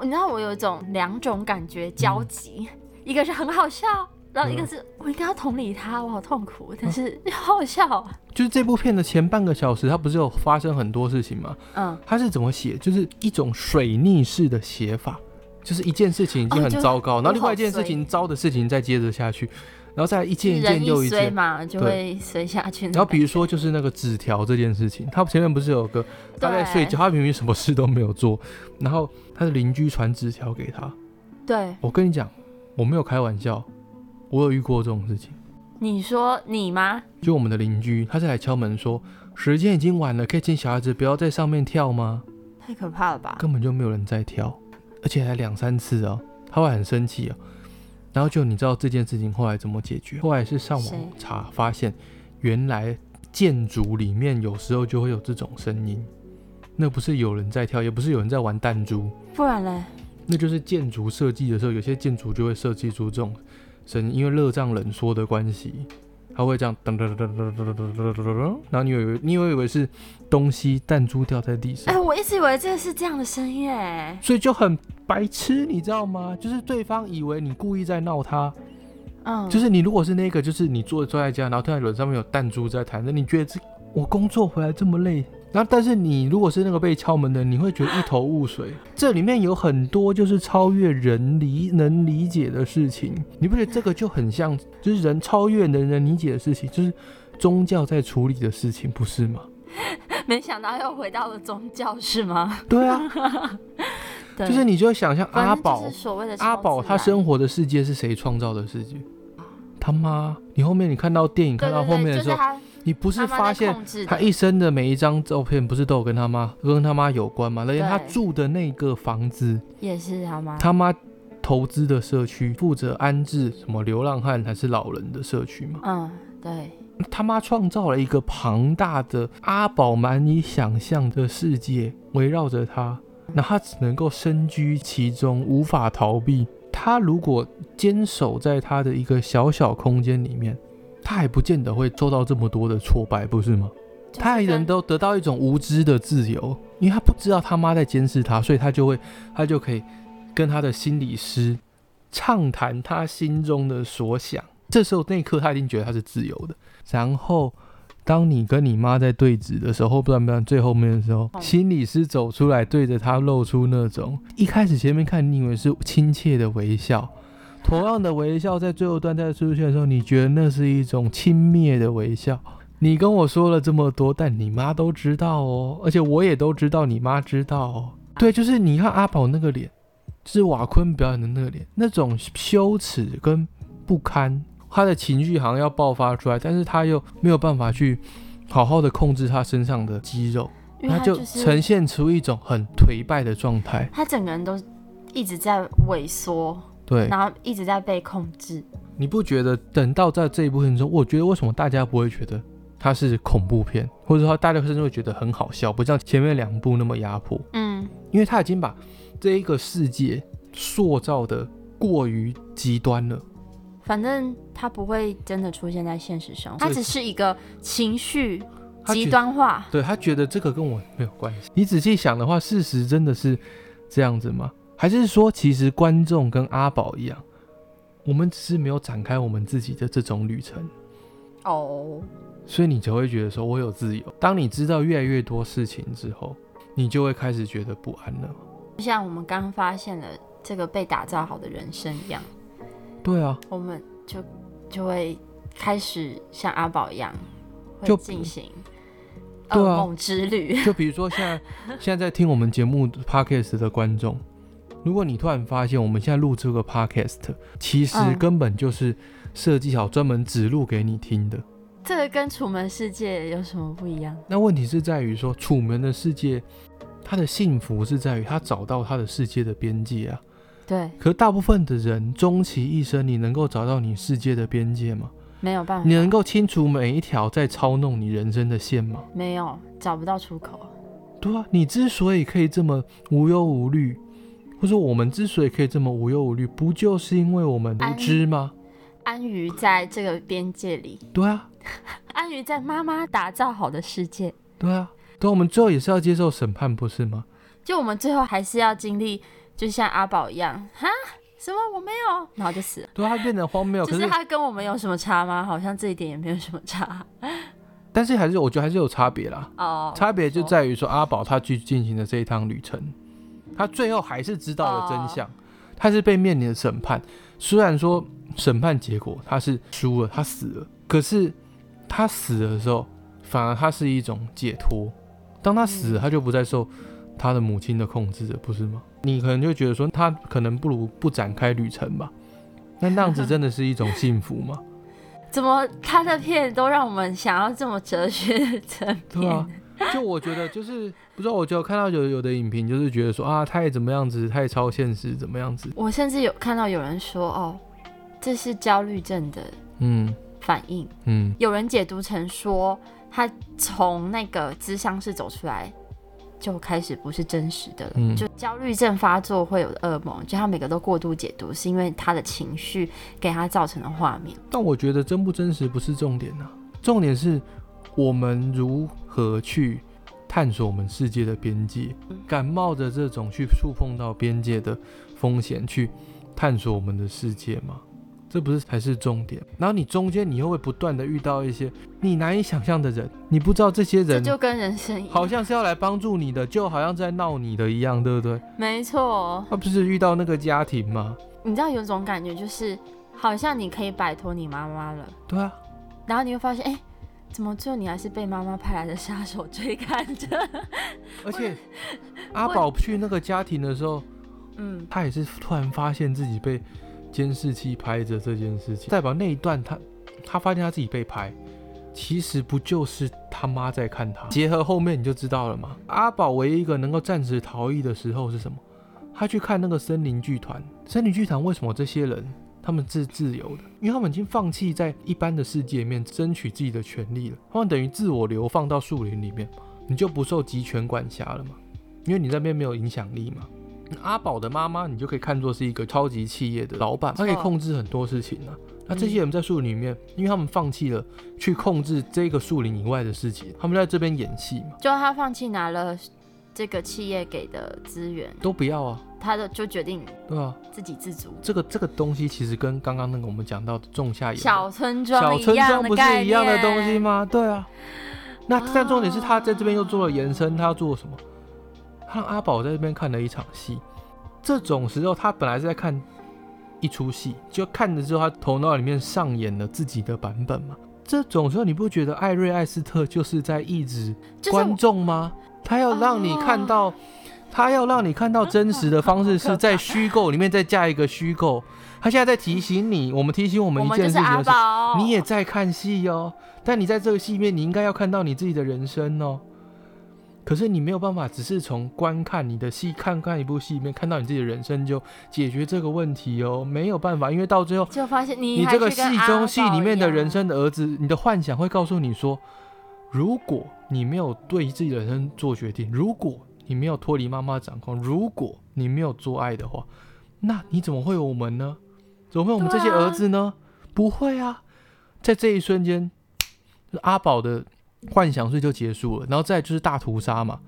B: 你知道我有一种两种感觉交集，
C: 嗯
B: 一个是很好笑，然后一个是、我应该要同理他，我好痛苦，但
C: 嗯
B: 是好好笑哦，
C: 就是这部片的前半个小时，它不是有发生很多事情吗？
B: 嗯，
C: 它是怎么写？就是一种水逆式的写法，就是一件事情已经
B: 哦
C: 很
B: 就
C: 糟糕，然后
B: 我
C: 另外
B: 好
C: 一件事
B: 衰
C: 情糟的事情再接着下去，然后再一件一件
B: 人
C: 又一
B: 衰
C: 件。
B: 嘛，就
C: 对
B: 会衰下去那种感觉。
C: 然后比如说就是那个纸条这件事情，他前面不是有个他在睡觉，他明明什么事都没有做，然后他的邻居传纸条给他。
B: 对，
C: 我跟你讲，我没有开玩笑，我有遇过这种事情。
B: 你说你吗？
C: 就我们的邻居，他是来敲门说时间已经晚了，可以请小孩子不要在上面跳吗？
B: 太可怕了吧？
C: 根本就没有人在跳，而且还两三次哦，他会很生气哦。然后就你知道这件事情后来怎么解决？后来是上
B: 谁
C: 网查发现，原来建筑里面有时候就会有这种声音，那不是有人在跳，也不是有人在玩弹珠，
B: 不然嘞，
C: 那就是建筑设计的时候，有些建筑就会设计出这种声音，因为热胀冷缩的关系，它会这样噔噔噔噔噔噔噔噔噔噔，然后你以为你以为以为是东西弹珠掉在地上
B: 哎、，我一直以为这是这样的声音哎，
C: 所以就很白痴，你知道吗？就是对方以为你故意在闹他，
B: 嗯，
C: 就是你如果是那个，就是你坐坐在家，然后突然轮上面有弹珠在弹，那你觉得这我工作回来这么累，然后但是你如果是那个被敲门的，你会觉得一头雾
B: *laughs*
C: 水。这里面有很多就是超越人理能理解的事情，你不觉得这个就很像就是人超越人能理解的事情，就是宗教在处理的事情，不是
B: *laughs*
C: 吗？
B: 没想到又回到了宗教
C: *laughs*
B: 是吗？
C: 对啊，
B: 对，
C: 就是你就想象
B: 反
C: 阿
B: 正
C: 宝
B: 就是所谓的啊
C: 阿宝他
B: 生
C: 生活的世界是谁创造的世界？
B: 啊
C: 他妈！你后面你看到电影看到后面的时候，你不
B: 不
C: 是发现
B: 控制的
C: 他一生的每一张照片不是都有跟他妈跟他妈有关吗？而且
B: 对
C: 他住的那个房子，
B: 也是他吗？
C: 他妈投资的社区负责安置什么流浪汉还是老人的社区嘛？
B: 嗯，对，
C: 他妈创造了一个庞大的阿宝难以想象的世界，围绕着他，那他只能够身居其中，无法逃避。他如果坚守在他的一个小小空间里面，他还不见得会受到这么多的挫败，不是吗？
B: 就是
C: 他还能
B: 跟
C: 都得到一种无知的自由，因为他不知道他妈在监视他，所以他就会他就可以跟他的心理师畅谈他心中的所想。这时候那一刻他已经觉得他是自由的。然后当你跟你妈在对峙的时候，不然不然最后面的时候，
B: 嗯
C: 心理师走出来对着他露出那种一开始前面看你以为是亲切的微笑。同样的微笑，在最后段再出现的时候，你觉得那是一种轻蔑的微笑，你跟我说了这么多，但你妈都知道哦，而且我也都知道，你妈知道哦。对，就是你看阿宝那个脸，就是瓦昆表演的那个脸，那种羞耻跟不堪，他的情绪好像要爆发出来，但是他又没有办法去好好的控制他身上的肌肉，
B: 因为
C: 他
B: 他
C: 就是呈现出一种很颓败的状态。
B: 他整个人都一直在萎缩，
C: 对，
B: 然后一直在被控制。
C: 你不觉得等到在这一部片中，我觉得为什么大家不会觉得它是恐怖片，或者说大家甚至会觉得很好笑，不像前面两部那么压迫？
B: 嗯，
C: 因为他已经把这一个世界塑造的过于极端了。
B: 反正他不会真的出现在现实生活，
C: 这
B: 他只是一个情绪
C: 他觉
B: 极端化。
C: 对他觉得这个跟我没有关系。你仔细想的话，事实真的是这样子吗？还是说，其实观众跟阿宝一样，我们只是没有展开我们自己的这种旅程？
B: 哦，
C: 所以你就会觉得说，我有自由。当你知道越来越多事情之后，你就会开始觉得不安了。
B: 就像我们刚发现了这个被打造好的人生一样，
C: 对啊，
B: 我们就就会开始像阿宝一样，
C: 就
B: 会进行
C: 对
B: 噩
C: 啊
B: 梦之旅。 *laughs*
C: 就比如说现在 *laughs* 现在在听我们节目 podcast 的观众，如果你突然发现我们现在录这个 podcast，其实
B: 嗯
C: 根本就是设计好专门只录给你听的。
B: 这个跟《楚门世界》有什么不一样？
C: 那问题是在于说，楚门的世界，他的幸福是在于他找到他的世界的边界啊。
B: 对，
C: 可是大部分的人终其一生，你能够找到你世界的边界吗？
B: 没有办法
C: 你，能够清楚每一条在操弄你人生的线吗？
B: 没有找不到出口。
C: 对啊，你之所以可以这么无忧无虑，或者我们之所以可以这么无忧无虑，不就是因为我们无
B: 安
C: 知吗？
B: 安于在这个边界里，
C: 哎对啊，
B: 安于在妈妈打造好的世界。
C: 对啊，但我们最后也是要接受审判，不是吗？
B: 就我们最后还是要经历，就像阿宝一样，哈，什么我没有，然后就死了。
C: 对啊，它变得荒谬，可
B: 就是是他跟我们有什么差吗？好像这一点也没有什么差
C: 但是还是我觉得还是有差别啦。
B: 哦。
C: 差别就在于说，阿宝他去进行的这一趟旅程，他最后还是知道了真
B: 哦
C: 相，他是被面临的审判。虽然说审判结果他是输了，他死了，可是他死了的时候，反而他是一种解脱。当他死了，
B: 嗯
C: 他就不再受他的母亲的控制了，不是吗？你可能就觉得说，他可能不如不展开旅程吧。那那样子真的是一种幸福吗？
B: 怎么他的片都让我们想要这么哲学的层面？
C: 对啊，就我觉得就是不知道，我就看到有有的影评就是觉得说啊，太怎么样子，太超现实，怎么样子，
B: 我甚至有看到有人说，哦，这是焦虑症的
C: 嗯
B: 反应。
C: 嗯，
B: 有人解读成说，他从那个咨商室走出来，就开始不是真实的了。
C: 嗯
B: 就焦虑症发作会有的噩梦，就他每个都过度解读，是因为他的情绪给他造成的画面。
C: 但我觉得真不真实不是重点啊，重点是我们如何去探索我们世界的边界，敢冒着这种去触碰到边界的风险去探索我们的世界吗？这不是才是重点。然后你中间你又会不断的遇到一些你难以想象的人，你不知道这些
B: 这
C: 人
B: 就跟人生一样，
C: 好像是要来帮助你的，就好像在闹你的一样，对不对？
B: 没错。
C: 他、不是遇到那个家庭吗？
B: 你知道有种感觉，就是好像你可以摆脱你妈妈了，
C: 对啊，
B: 然后你会发现，哎、怎么最后你还是被妈妈派来的杀手追赶着？ *laughs*
C: 而且阿宝去那个家庭的时候，
B: 嗯，
C: 他也是突然发现自己被监视器拍着这件事情，代表那一段他他发现他自己被拍，其实不就是他妈在看他？结合后面你就知道了嘛。阿宝唯一一个能够暂时逃逸的时候是什么？他去看那个森林剧团。森林剧团为什么这些人他们是自由的？因为他们已经放弃在一般的世界里面争取自己的权利了，他们等于自我流放到树林里面，你就不受集权管辖了嘛，因为你那边没有影响力嘛。阿宝的妈妈，你就可以看作是一个超级企业的老板，她可以控制很多事情啊。那这些人在树林里面，因为他们放弃了去控制这个树林以外的事情，他们在这边演戏嘛，
B: 就他放弃拿了这个企业给的资源，
C: 都不要啊，
B: 他的就决定
C: 对吧、
B: 自给自足。
C: 这个这个东西其实跟刚刚那个我们讲到的仲夏夜
B: 小村庄
C: 小
B: 一
C: 村
B: 样
C: 庄
B: 的
C: 不
B: 概
C: 是一样的
B: 念
C: 东西？吗？对啊。那
B: 啊
C: 但重点是他在这边又做了延伸，他要做什么？他让阿宝在这边看了一场戏。这种时候，他本来是在看一出戏，就看了之后，他头脑里面上演了自己的版本嘛。这种时候，你不觉得艾瑞艾斯特就是在抑制
B: 就是我哦
C: 观众吗？他要让你看到，他要让你看到真实的方式是在虚构里面再加一个虚构。他现在在提醒你，我们提醒我们
B: 我
C: 一
B: 们
C: 件
B: 就
C: 事
B: 是
C: 情
B: 阿
C: 就是，
B: 宝，
C: 你也在看戏哦，但你在这个戏里面，你应该要看到你自己的人生哦。可是你没有办法，只是从观看你的戏，看看一部戏里面看到你自己的人生，就解决这个问题哦，没有办法，因为到最后，
B: 就发现你
C: 你
B: 还
C: 这个
B: 去跟
C: 戏
B: 阿
C: 中戏
B: 宝
C: 里
B: 一
C: 面的
B: 样
C: 人生的儿子，你的幻想会告诉你说，如果你没有对自己的人生做决定，如果你没有脱离妈妈掌控，如果你没有做爱的话，那你怎么会有我们呢？怎么会有我们这些
B: 对啊
C: 儿子呢？不会啊，在这一瞬间，阿宝的幻想税就结束了，然后再来就是大屠杀嘛。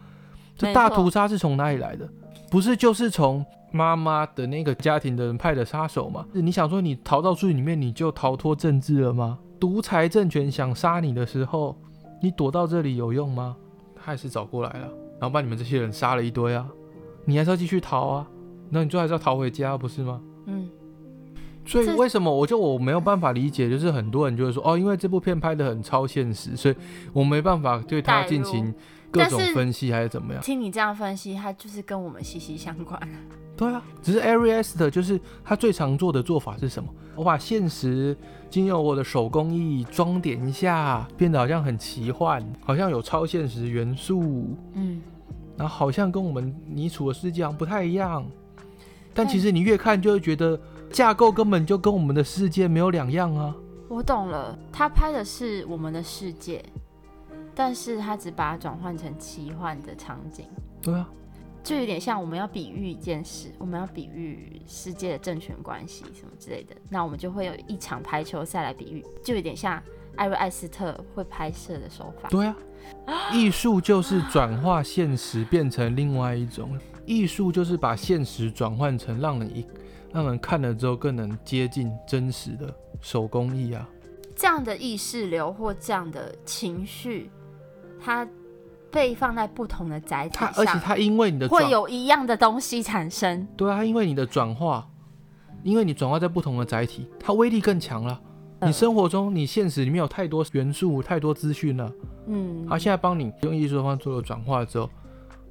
C: 这
B: 没
C: 大
B: 错
C: 屠杀是从哪里来的？不是就是从妈妈的那个家庭的人派的杀手嘛？你想说你逃到树林里面，你就逃脱政治了吗？独裁政权想杀你的时候，你躲到这里有用吗？他还是找过来了，然后把你们这些人杀了一堆啊，你还是要继续逃啊，那你最后还是要逃回家，不是吗？
B: 嗯，
C: 所以
B: 这
C: 为什么我就我没有办法理解，就是很多人就会说哦，因为这部片拍的很超现实，所以我没办法对它
B: 代入
C: 进行各
B: 但
C: 种
B: 是
C: 分析还是怎么样？
B: 听你这样分析，它就是跟我们息息相关。
C: 对啊，只是 Ariest 就是他最常做的做法是什么？我把现实经由我的手工艺装点一下，变得好像很奇幻，好像有超现实元素，
B: 嗯，
C: 然后好像跟我们你处的世界好像不太一样。但
B: 但
C: 其实你越看就会觉得架构根本就跟我们的世界没有两样啊。
B: 我懂了，他拍的是我们的世界，但是他只把它转换成奇幻的场景，
C: 对啊，
B: 就有点像我们要比喻一件事，我们要比喻世界的政权关系什么之类的，那我们就会有一场排球赛来比喻，就有点像艾瑞艾斯特会拍摄的手法。 *gasps*
C: 对啊，艺术就是转化现实变成另外一种，艺术就是把现实转换成让人一让人看了之后更能接近真实的手工艺啊。
B: 这样的意识流或这样的情绪，它被放在不同的载体
C: 它
B: 上，
C: 而且它因为你的
B: 会
C: 转，
B: 有一样的东西产生。
C: 对啊，它因为你的转化，因为你转化在不同的载体，它威力更强了。
B: 嗯
C: 你生活中，你现实里面有太多元素、太多资讯了，啊
B: 嗯，
C: 它现在帮你用艺术方式做了转化之后，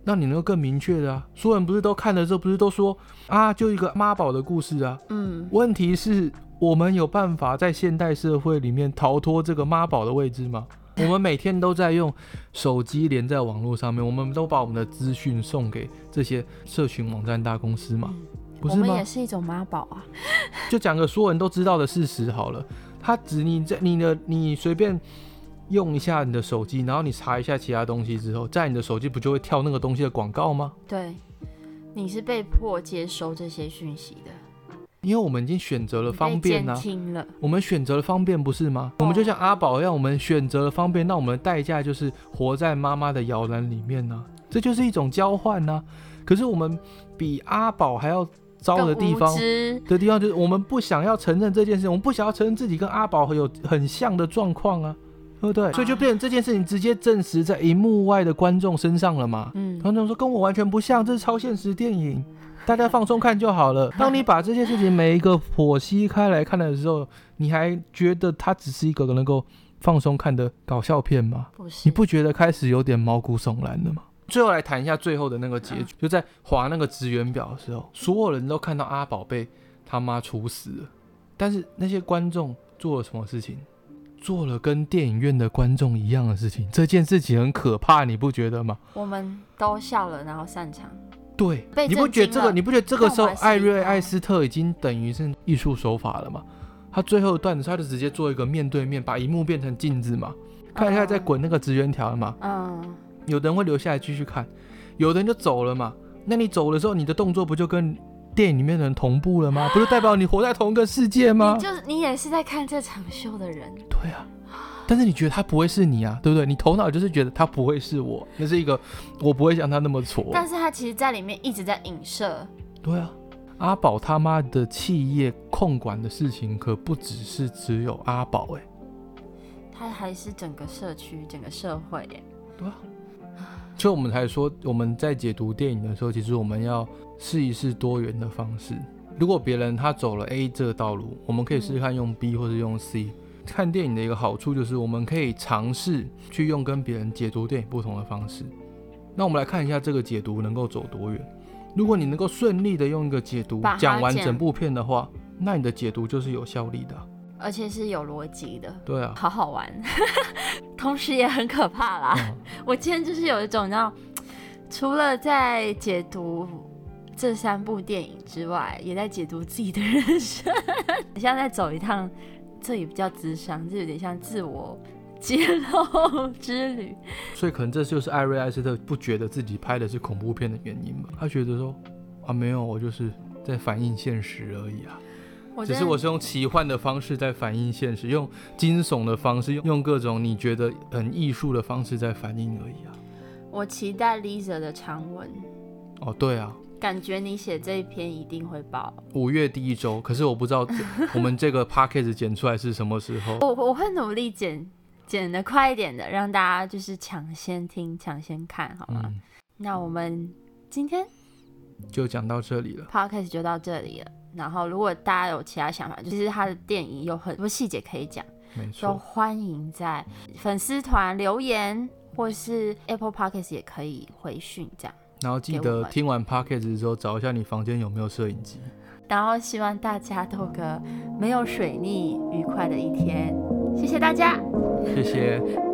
C: 让你能够更明确的啊。所有人不是都看了之后，不是都说啊，就一个妈宝的故事啊，
B: 嗯，
C: 问题是我们有办法在现代社会里面逃脱这个妈宝的位置吗？我们每天都在用手机连在网络上面，我们都把我们的资讯送给这些社群网站大公司嘛，不
B: 我
C: 是
B: 们
C: 吗
B: 也？是一种妈宝啊。
C: 就讲个所有人都知道的事实好了。他只你在你的你随便用一下你的手机，然后你查一下其他东西之后，在你的手机不就会跳那个东西的广告吗？
B: 对，你是被迫接收这些讯息的，
C: 因为我们已经选择了方便
B: 你
C: 啊
B: 被监，听了。
C: 我们选择了方便，不是
B: 哦
C: 吗？我们就像阿宝一样，我们选择了方便，那我们的代价就是活在妈妈的摇篮里面呢、这就是一种交换呢、可是我们比阿宝还要糟的地
B: 更无
C: 方
B: 知，
C: 的地方，就是我们不想要承认这件事，我们不想要承认自己跟阿宝有很像的状况啊，对不对？所以就变成这件事情直接证实在荧幕外的观众身上了嘛。
B: 嗯，
C: 观众说跟我完全不像，这是超现实电影，大家放松看就好 *laughs* 了。当你把这些事情每一个剖析开来看的时候，你还觉得它只是一个能够放松看的搞笑片吗？
B: 不是，
C: 你不觉得开始有点毛骨悚然了吗？最后来谈一下最后的那个结局，就在划那个职员表的时候，所有人都看到阿宝被他妈处死了，但是那些观众做了什么事情？做了跟电影院的观众一样的事情，这件事情很可怕，你不觉得吗？
B: 我们都笑了，然后散场。
C: 对
B: 被，
C: 你不
B: 震
C: 觉得
B: 惊
C: 这个？
B: 了
C: 你不觉得这个时候
B: 但我还是
C: 艾瑞
B: 离开
C: 艾斯特已经等于是艺术手法了吗？他最后一段的时候，他就直接做一个面对面，把荧幕变成镜子嘛，看一
B: 哦
C: 下在滚那个直圆条了嘛。
B: 嗯，
C: 有的人会留下来继续看，有的人就走了嘛。那你走的时候，你的动作不就跟电影里面的人同步了
B: *gasps*
C: 吗？不就代表你活在同一个世界吗
B: 你？就是你也是在看这场秀的人，
C: 对啊，但是你觉得他不会是你啊，对不对？你头脑就是觉得他不会是我，那是一个我不会像他那么挫。
B: 但是他其实在里面一直在影射，
C: 对啊，阿宝他妈的企业控管的事情可不只是只有阿宝哎、
B: 他还是整个社区、整个社会耶。
C: 对啊，所以我们才说我们在解读电影的时候，其实我们要试一试多元的方式。如果别人他走了 A 这个道路，我们可以试试看用 B 或者用 C。看电影的一个好处就是我们可以尝试去用跟别人解读电影不同的方式。那我们来看一下这个解读能够走多远。如果你能够顺利的用一个解读
B: 把它
C: 讲完
B: 讲
C: 整部片的话，那你的解读就是有效力的啊。
B: 而且是有逻辑的，
C: 对啊，
B: 好好玩， *laughs* 同时也很可怕啦。
C: 嗯
B: *laughs* 我今天就是有一种，你知道，除了在解读这三部电影之外，也在解读自己的人生， *laughs* 很像在走一趟，这也不叫智商，这有点像自我揭露之旅。
C: 所以可能这就是艾瑞艾斯特不觉得自己拍的是恐怖片的原因吧？他觉得说啊，没有，我就是在反映现实而已啊，
B: 我
C: 只
B: 真
C: 是
B: 的
C: 我是用奇幻的方式在反映现实，用惊悚的方式，用用各种你觉得很艺术的方式在反映而已啊。
B: 我期待 Lisa 的长文，
C: 哦，对啊，
B: 感觉你写这一篇一定会爆。
C: 五月第一周，可是我不知道我们这个 *laughs* p a c k a g e 剪出来是什么时
B: *laughs*
C: 候。
B: 我我会努力剪剪的快一点的，让大家就是抢先听、抢先看，好吗？
C: 嗯，
B: 那我们今天
C: 就讲到这里了。
B: podcast 就到这里了。然后，如果大家有其他想法，就是他的电影有很多细节可以讲，
C: 没
B: 就
C: 错，
B: 欢迎在粉丝团留言，或是 Apple Podcast 也可以回讯这样。
C: 然后记
B: 给我
C: 得
B: 们
C: 听完 p o c k e t 之后，找一下你房间有没有摄影机。
B: 然后希望大家都有个没有水逆愉快的一天，谢谢大家。
C: 谢谢。